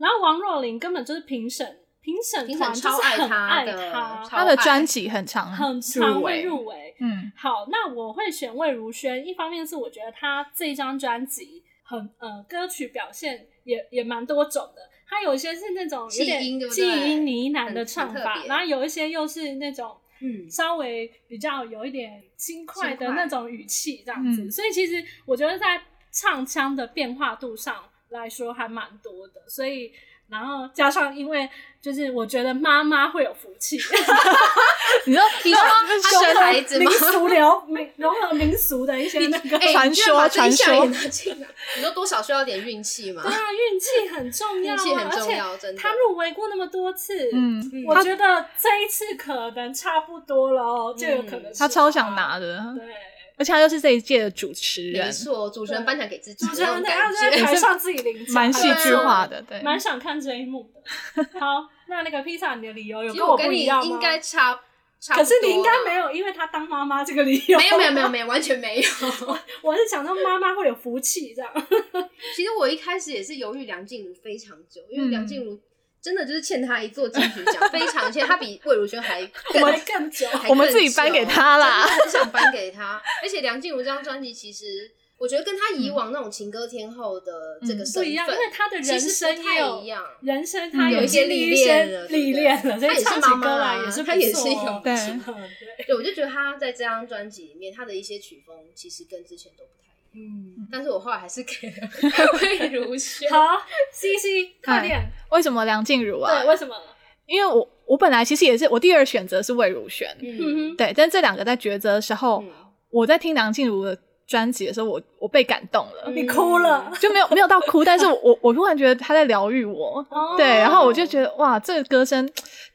S1: 然后王若琳根本就是评审，评审
S3: 评
S1: 团
S3: 审
S1: 就
S3: 超
S1: 是
S3: 爱
S1: 很
S3: 她
S1: 爱
S3: 的，
S1: 她，
S3: 超
S2: 他的
S3: 爱
S2: 专辑很长，
S1: 很常会
S2: 入围
S1: 入围。
S2: 嗯
S1: 好，那我会选魏如萱，一方面是我觉得她这张专辑很呃歌曲表现也也蛮多种的，它有一些是那种有点
S3: 气音对不
S1: 气
S3: 对
S1: 音呢喃的
S3: 很
S1: 唱
S3: 很特
S1: 法，
S3: 别
S1: 然后有一些又是那种。
S3: 嗯
S1: 稍微比较有一点轻快的
S3: 轻快
S1: 那种语气这样子，
S2: 嗯
S1: 所以其实我觉得在唱腔的变化度上来说还蛮多的，所以然后加上因为就是我觉得妈妈会有福气，
S2: 你知道
S3: 你说生孩子
S1: 民
S3: 吗？
S1: 俗流民融合民俗的一些那个。
S3: 哎，
S2: 传
S3: 你居然把
S2: 说
S3: 这一项
S2: 传说
S3: 也拿进来你说多少需要点运气嘛
S1: 对？啊，运气很重要、
S3: 运
S1: 啊，
S3: 气很重
S1: 而
S3: 要，
S1: 且
S3: 真的。
S1: 他入围过那么多次，
S2: 嗯，
S1: 我觉得这一次可能差不多了
S3: 嗯
S1: 哦，就有可能是
S2: 他超想拿的，
S1: 他。对，
S2: 而且他又是这一届的主持人
S3: 没，错，主持人颁奖给自己，
S1: 主持人啊等一
S3: 那
S1: 下
S3: 种
S1: 就在
S3: 感
S1: 台
S3: 觉。
S1: 上自己领奖，
S2: 蛮戏剧化
S1: 的。
S2: 的，对，
S1: 蛮想看这一幕的。 好，那那个披萨，你的理由有
S3: 其实
S1: 跟
S3: 我
S1: 不
S3: 跟
S1: 一
S3: 你
S1: 样吗？
S3: 应该差，差
S1: 可
S3: 不多啊
S1: 是你应该没有，因为她当妈妈这个理由。
S3: 没有没有没有没有完全没有。
S1: 我是想说妈妈会有福气这样。
S3: 其实我一开始也是犹豫梁静茹非常久，因为
S2: 嗯
S3: 梁静茹真的就是欠她一座金曲 奖，非常欠，她比魏如萱还
S1: 我
S3: 更
S1: 们更久，
S3: 还
S2: 我们
S3: 更
S2: 自己
S3: 久
S2: 颁给她啦
S3: 真的很想颁给她。而且梁静茹这张专辑，其实我觉得跟她以往那种情歌天后的这个
S2: 嗯
S3: 身
S1: 不
S3: 份
S1: 一样，因为她的人
S3: 其实
S1: 生
S3: 不
S1: 也
S3: 太
S1: 有
S3: 一。样。
S1: 人生她
S2: 嗯有
S1: 有
S2: 一
S3: 些
S1: 历
S3: 历练了
S1: 些
S3: 对不对
S1: 历练了，所以
S3: 她嗯也是
S1: 唱起
S3: 妈妈
S1: 歌来
S3: 啊
S1: 也是
S3: 她
S1: 不
S3: 也
S1: 错
S3: 是有
S1: 哦
S2: 对
S1: 是对，
S3: 对，我就觉得她在这张专辑里面，她的一些曲风其实跟之前都不太一样。
S1: 嗯，
S3: 但是我后来还是 给了魏如萱。
S1: 好，C C，快点，
S2: 为什么梁静茹啊
S1: 对，？为什么？
S2: 因为我我本来其实也是我第二选择是魏如萱，
S1: 嗯哼，
S2: 对，但这两个在抉择的时候，
S3: 嗯
S2: 我在听梁静茹的专辑的时候，我我被感动了，
S1: 你哭
S3: 嗯
S1: 了，
S2: 就没有没有到哭，但是我我突然觉得她在疗愈我，
S1: 哦
S2: 对，然后我就觉得哇，这个歌声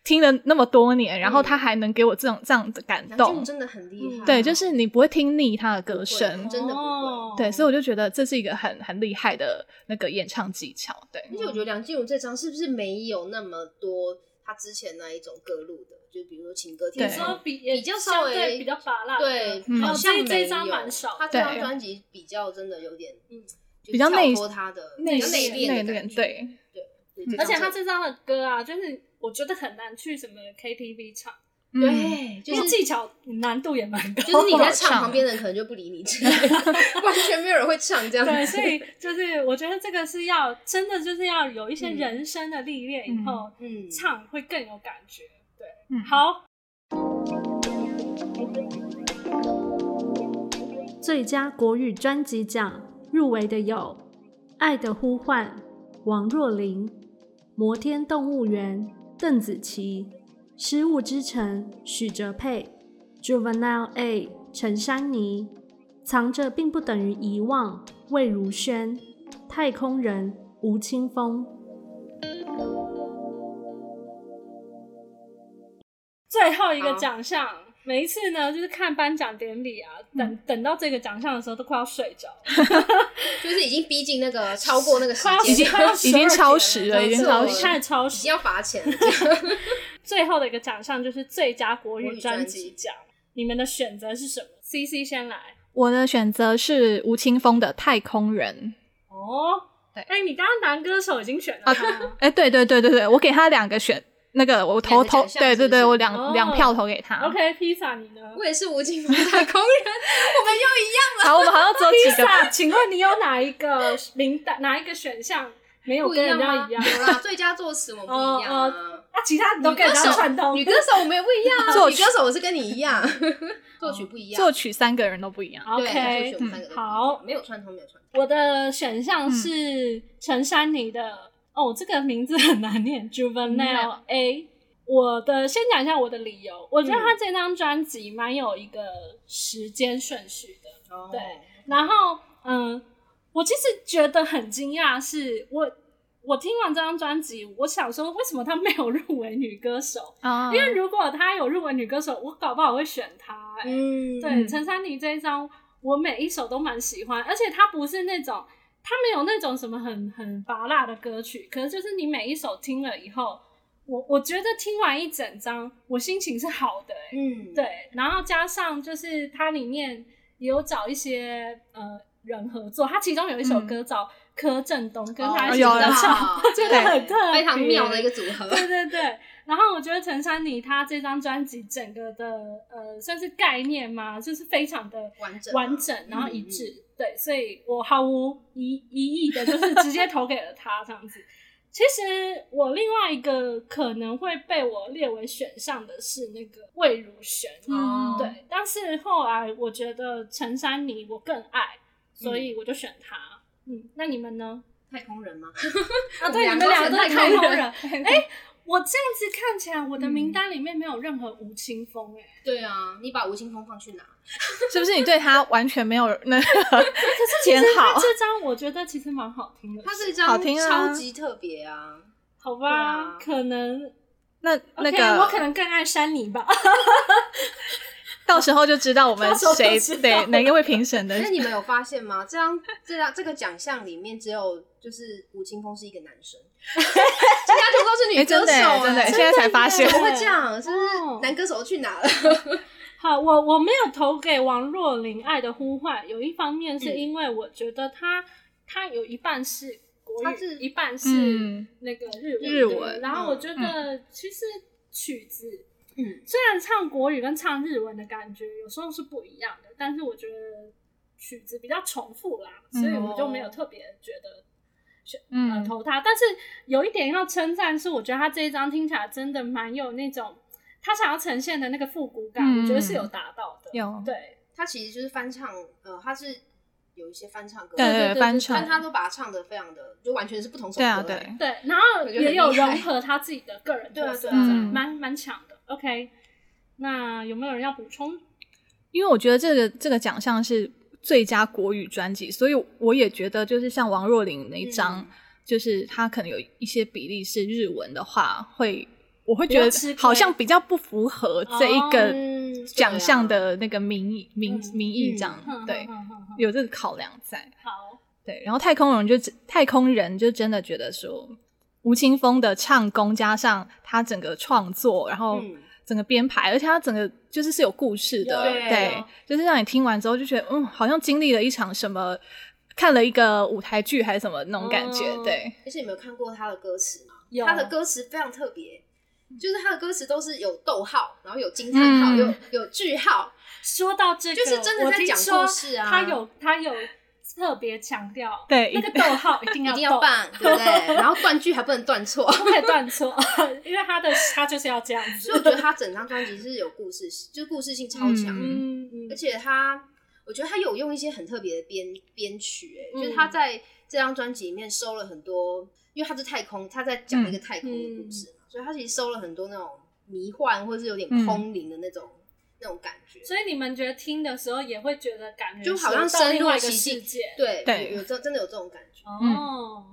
S2: 听了那么多年，然后
S3: 嗯
S2: 她还能给我这种这样的感
S3: 梁静茹
S2: 动，
S3: 真的很厉害，嗯
S2: 对，就是你不会听腻她的歌声
S3: 不会，真的不会
S1: 哦
S2: 对，所以我就觉得这是一个很很厉害的那个演唱技巧，对，
S3: 而且我觉得梁静茹这张是不是没有那么多她之前那一种各路的，就比如说情歌
S1: 你
S3: 天
S2: 对
S1: 说
S3: 后，
S1: 比也
S3: 比较
S1: 相
S3: 稍微
S1: 对比较拔辣的，
S3: 对，
S2: 嗯
S3: 好
S1: 好
S3: 像
S1: 像
S3: 没
S1: 这
S3: 有。
S1: 张蛮少
S3: 她
S1: 的，
S3: 这张
S2: 对
S3: 专辑比较真的有点，
S1: 嗯
S3: 就
S2: 比较内
S3: 跳脱她的
S2: 内
S3: 比较内
S2: 敛内
S3: 敛的感
S2: 敛，
S3: 觉，
S2: 对，
S3: 对，对
S1: 而且他
S3: 这
S1: 这张的歌啊，就是我觉得很难去什么 KTV 唱，
S2: 嗯，
S3: 对，就
S1: 因为
S3: 是
S1: 技巧难度也蛮 高的，
S3: 就是 你在
S2: 不好
S3: 唱，
S2: 唱
S3: 旁边的人可能就不理你之类的， 完全没有人会唱这样子。
S1: 对，所以就是我觉得这个是要真的就是要有一些人生的历练以后、
S3: 嗯，
S1: 唱会更有感觉。对，
S2: 嗯
S1: 好，
S4: 最佳国语专辑奖入围的有《爱的呼唤》王若琳，《摩天动物园》邓紫棋，《失物之城》许哲佩，Juvenile A 陈珊妮，《藏着并不等于遗忘》魏如萱，《太空人》吴青峰。
S1: 最后一个
S3: 好
S1: 奖项。每一次呢，就是看颁奖典礼啊，
S2: 嗯
S1: 等、等到这个奖项的时候，都快要睡着了，
S3: 就是已经逼近那个超 过那个时
S1: 快要
S3: 间，
S2: 已经
S1: 快要
S2: 已经
S1: 12
S2: 超
S1: 点
S2: 时
S1: 了，
S2: 了已
S3: 经
S1: 真的
S3: 超
S1: 已经
S3: 时
S1: 开始超
S3: 已
S1: 时
S3: 经，要罚钱了。这样
S1: 最后的一个奖项就是最佳国语专辑
S3: 国语专
S1: 奖，你们的选择是什么？C C 先来
S2: 我的选择是吴青峰的《太空人
S1: 哦。
S2: 对
S1: 哎、你刚刚男歌手已经选
S3: 啊
S1: 了他，》，
S2: 哎，对对对对对，我给他两个选，那个我投
S3: 两个
S2: 投
S3: 奖，项
S2: 对对
S3: 是不是
S2: 对，我两
S1: 哦
S2: 两票投给他。
S1: OK，披萨你呢
S3: 我？也是吴青峰太 空人，我们又一样。
S2: 好，我们好像只 有
S1: 披
S2: 几个，
S1: 萨，请问你有哪一个名单，哪一个选项没有
S3: 不
S1: 跟
S3: 一样
S1: 人家
S3: 吗？
S1: 一样？
S3: 有啦，最佳作词我们不一样啊。
S1: 那其他你都
S3: 女
S1: 跟
S3: 歌
S1: 人家
S3: 手
S1: 串通
S3: 女。歌手我们也不一 样啊，
S2: 作
S3: 女
S2: 曲
S3: 歌手我是跟你一样，作曲不一样。
S2: 作曲三个人都不一样。
S3: 对，
S1: OK，嗯
S3: 作曲我们三个都不一样
S1: 好
S3: 没有串通，没有串通。
S1: 我的选项是陈珊妮的、哦，这个名字很难念，Juvenile A。我的先讲一下我的理由，我觉得他这张专辑蛮有一个时间顺序的，
S3: 哦
S1: 对然后，嗯，我其实觉得很惊讶，是我我听完这张专辑，我想说，为什么她没有入围女歌手？
S2: 啊
S5: 嗯
S1: 因为如果她有入围女歌手，我搞不好会选她、欸。
S3: 嗯，
S1: 对，陈珊妮这一张，我每一首都蛮喜欢，而且她不是那种，她没有那种什么很很拔辣的歌曲，可是就是你每一首听了以后，我我觉得听完一整张，我心情是好的、欸。
S3: 嗯，
S1: 对，然后加上就是它里面也有找一些呃人合作，它其中有一首歌找柯震东跟他
S3: 嗯哦
S1: 一起合
S2: 有
S1: 唱，
S3: 我知
S1: 真的
S3: 道对
S1: 很特别，
S3: 非常妙的一个组 合。
S1: 对对对，然后我觉得陈珊妮她这张专辑整个的呃算是概念嘛，就是非常的
S3: 完整啊
S1: 完整，然后一
S3: 嗯嗯
S1: 致。对，所以我毫无疑疑义的，就是直接投给了他这样子。其实我另外一个可能会被我列为选项的是那个魏如萱，
S3: 哦
S2: 嗯
S1: 对，但是后来我觉得陈珊妮我更爱，所以我就选她。嗯，那你们呢？
S3: 太空人吗？
S1: 啊，对，你
S3: 两
S1: 们
S3: 个
S1: 俩
S3: 是
S1: 都是
S3: 太
S1: 太
S3: 空
S1: 空
S3: 人嗯
S1: 人。 哎，我这样子看起来，我的名单里面没有任何吴青峰，哎，
S3: 对啊，你把吴青峰放去哪？
S2: 是不是你对他完全没有那个
S1: 其
S2: 偏
S1: 实他
S2: 好？
S1: 这张我觉得其实蛮好听的，
S3: 他这张
S2: 好听啊
S3: 超级特别啊！
S1: 好
S3: 对啊
S1: 吧？可能
S2: 那那
S1: OK，我可
S2: 个
S1: 能更爱山泥吧。
S2: 到时候就知道我们
S1: 到时候就
S2: 谁
S1: 知道
S2: 对
S1: 了
S2: 哪一位评审的
S3: 但是你们有发现吗？这张这张这个奖项里面只有就是吴青峰是一个男 生，其他全部都是
S2: 哎
S3: 女歌
S2: 真的耶
S3: 手，啊
S2: 真的耶现在才发现
S3: 怎么会这样？是不
S1: 哦
S3: 是男歌手去哪了？
S1: 好，我我没有投给王若琳《爱的呼唤》，有一方面是
S3: 嗯
S1: 因为我觉得她她有一半是国
S3: 她
S1: 语，
S3: 是
S1: 一半是
S2: 嗯
S1: 那个日文，
S2: 日
S1: 对
S2: 文
S1: 然后
S3: 嗯
S1: 我觉得其实曲子，
S3: 嗯，
S1: 虽然唱国语跟唱日文的感觉有时候是不一样的，但是我觉得曲子比较重复啦，所以我就没
S3: 嗯
S1: 有特别觉得。呃
S2: 嗯
S1: 投他。但是有一点要称赞是，我觉得他这一张听起来真的蛮有那种他想要呈现的那个复古感，
S2: 嗯
S1: 我觉得是有达到的。
S2: 有
S1: 对，
S3: 他其实就是翻唱，呃，他是有一些翻唱歌，
S2: 对对对对翻唱
S3: 但他都把它唱的非常的，就完全是不同首歌。
S2: 对啊对
S3: 哎
S1: 对，然后
S3: 我觉得很
S1: 也
S3: 厉
S1: 有
S3: 害
S1: 融合他自己的个人
S3: 对啊
S1: 特色，
S3: 对啊
S2: 对啊
S1: 蛮蛮强的。OK，那有没有人要补充？
S2: 因为我觉得这个这个奖项是最佳国语专辑，所以我也觉得就是像王若琳那一张，
S3: 嗯
S2: 就是她可能有一些比例是日文的话，会我会
S1: 比
S2: 觉
S1: 较
S2: 得
S1: 吃亏哦
S2: 好像比较不符合这一
S3: 嗯
S2: 个
S3: 对
S2: 奖项
S3: 啊
S2: 的那个名义、名
S1: 嗯
S2: 名义这样，
S1: 哼
S2: 对，
S1: 哼哼哼哼
S2: 有这个考量在。
S1: 嗯好，
S2: 对，然后太空人就只太空人就真的觉得说，吴青峰的唱功加上他整个创作，然后
S3: 嗯
S2: 整个编排，而且他整个就是是有故事的，
S3: 有有
S2: 对
S3: 有，
S2: 就是让你听完之后就觉得，嗯，好像经历了一场什么，看了一个舞台剧还是什么那种感觉，
S1: 哦
S2: 对，
S3: 而且你们有看过他的歌词吗？
S1: 有
S3: 他的歌词非常特别，就是他的歌词都是有逗号，然后有惊叹号，
S2: 嗯
S3: 有有句号，
S1: 说到这个，
S3: 就是真的
S1: 我
S3: 在
S1: 听
S3: 讲
S1: 说
S3: 故事啊
S1: 他有他有特别强 调，
S2: 对
S1: 那个逗号一定
S3: 一
S1: 要
S3: 定要
S1: 逗
S3: 棒，对不对？然后断句还不能断错，
S1: 不可以断错，因为他的他就是要这样子
S3: 所以。我觉得他整张专辑是有故事，就是故事性超强，
S2: 嗯
S1: 嗯
S3: 而
S1: 嗯，
S3: 且他，我觉得他有用一些很特别的编编曲、哎、
S1: 嗯
S3: 就是他在这张专辑里面收了很多，因为他是太空，他在讲一
S2: 嗯
S3: 个太空的故事嘛，所以他其实收了很多那种迷幻或是有点
S2: 嗯
S3: 空灵的那种、那种感觉，
S1: 所以你们觉得听的时候也会觉得感觉
S3: 就好像
S1: 是到
S3: 深
S1: 另
S3: 入
S1: 外一个
S3: 其
S1: 世
S3: 境
S1: 界。，
S3: 对，
S2: 对
S3: 有有真真的有这种感觉，嗯
S1: 哦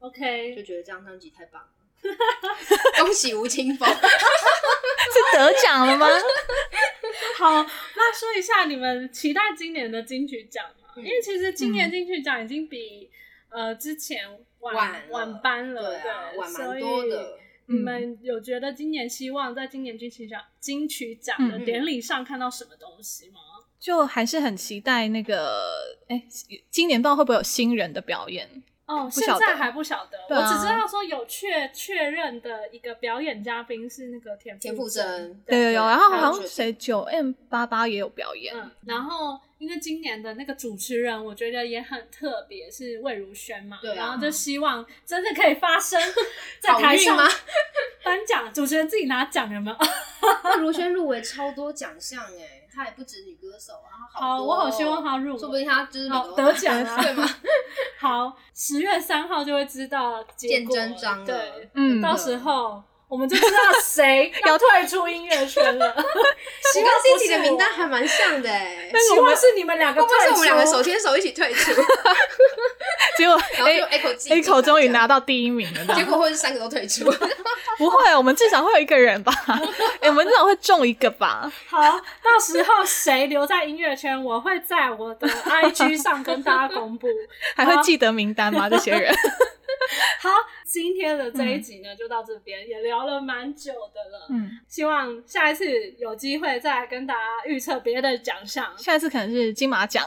S1: ，OK，
S3: 就觉得这张专辑太棒了。 恭喜吴青 峰，
S2: 是得奖了吗？
S1: 好，那说一下你们期待今年的金曲奖嘛？
S3: 嗯
S1: 因为其实今年金曲奖已经比呃之前晚
S3: 晚了
S1: 晚班了，
S3: 对啊，晚
S1: 所
S3: 蛮
S1: 以
S3: 多的。
S2: 嗯
S1: 你们有觉得今年希望在今年金曲奖金曲奖的
S3: 嗯
S1: 典礼上看到什么东西吗？
S2: 就还是很期待那个，哎，今年不知道会不会有新人的表演，
S1: 哦，
S2: 不
S1: 现
S2: 晓得
S1: 在还不晓得，
S2: 对啊
S1: 我只知道说有确确认的一个表演嘉宾是那个田
S3: 田馥
S1: 甄
S3: 甄，
S2: 有有有，然后
S3: 还有
S2: 好
S3: 这
S2: 像
S3: 个
S2: 谁九 M 八八也有表演，
S1: 嗯，然后因为今年的那个主持人，我觉得也很特别，是魏如萱嘛，
S3: 对啊
S1: 然后就希望真的可以发 生在
S3: 好运
S1: 台上
S3: 吗
S1: 颁奖，主持人自己拿奖有没 有？
S3: 魏如萱入围超多奖项哎，她也不止女歌手啊，她好
S1: 好，
S3: 多哦
S1: 我好希望他入围，
S3: 说不定她就是
S1: 好
S3: 得
S1: 得奖啊
S3: 对 吗？
S1: 好，十月三号就会知道结
S3: 见
S1: 果
S3: 真章了
S1: 对，
S2: 嗯
S1: 到时候我们就知道 谁要退出音乐圈了。
S3: 其
S1: 希
S3: 实
S1: 望
S3: 跟
S1: 不
S3: Cindy
S1: 是
S3: 的名单
S1: 我
S3: 还蛮像的哎，
S1: 但希望是你们两个
S3: 会不会
S1: 退
S3: 是
S1: 出，
S3: 我们两个手牵手一起退出，
S2: 结果哎
S3: 然后就
S1: 哎
S3: Echo 自己
S2: Echo 终于拿
S3: 到，
S2: 到第一名了这样，
S3: 结果会是三个都 退出，
S2: 不会，我们至少会有一个人吧？ 哎、我们至少会中一个吧？
S1: 好，到时候谁留在音乐圈，我会 在我的 IG 上跟大家公布。啊
S2: 还会记得名单吗？这些人？
S1: 好，今天的这一集
S3: 嗯
S1: 呢，就到这边，也聊了蛮久的了。
S2: 嗯，
S1: 希望下一次有机会再来跟大家预测别的奖项。
S2: 下一次可能是金马奖，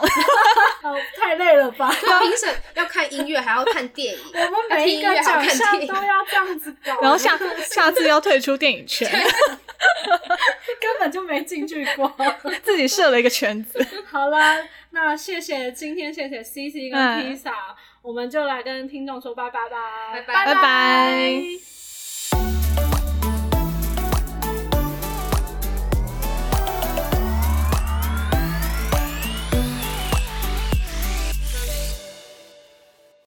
S1: 哦，太累了 吧？
S3: 所以评审要看音乐，还要看电影，
S1: 我们每一个
S3: 要听
S1: 奖
S3: 音乐还要看
S1: 项
S3: 电
S1: 都
S3: 影。
S1: 要这样子搞，
S2: 然后下下次要退出电 影圈，
S1: 根本就没进去过。
S2: 自己设了一个圈子。
S1: 好啦，那谢谢今天谢谢 C C 跟
S2: 嗯
S1: Pizza，、我们就来跟听众说拜拜吧，
S3: 拜拜
S2: 拜拜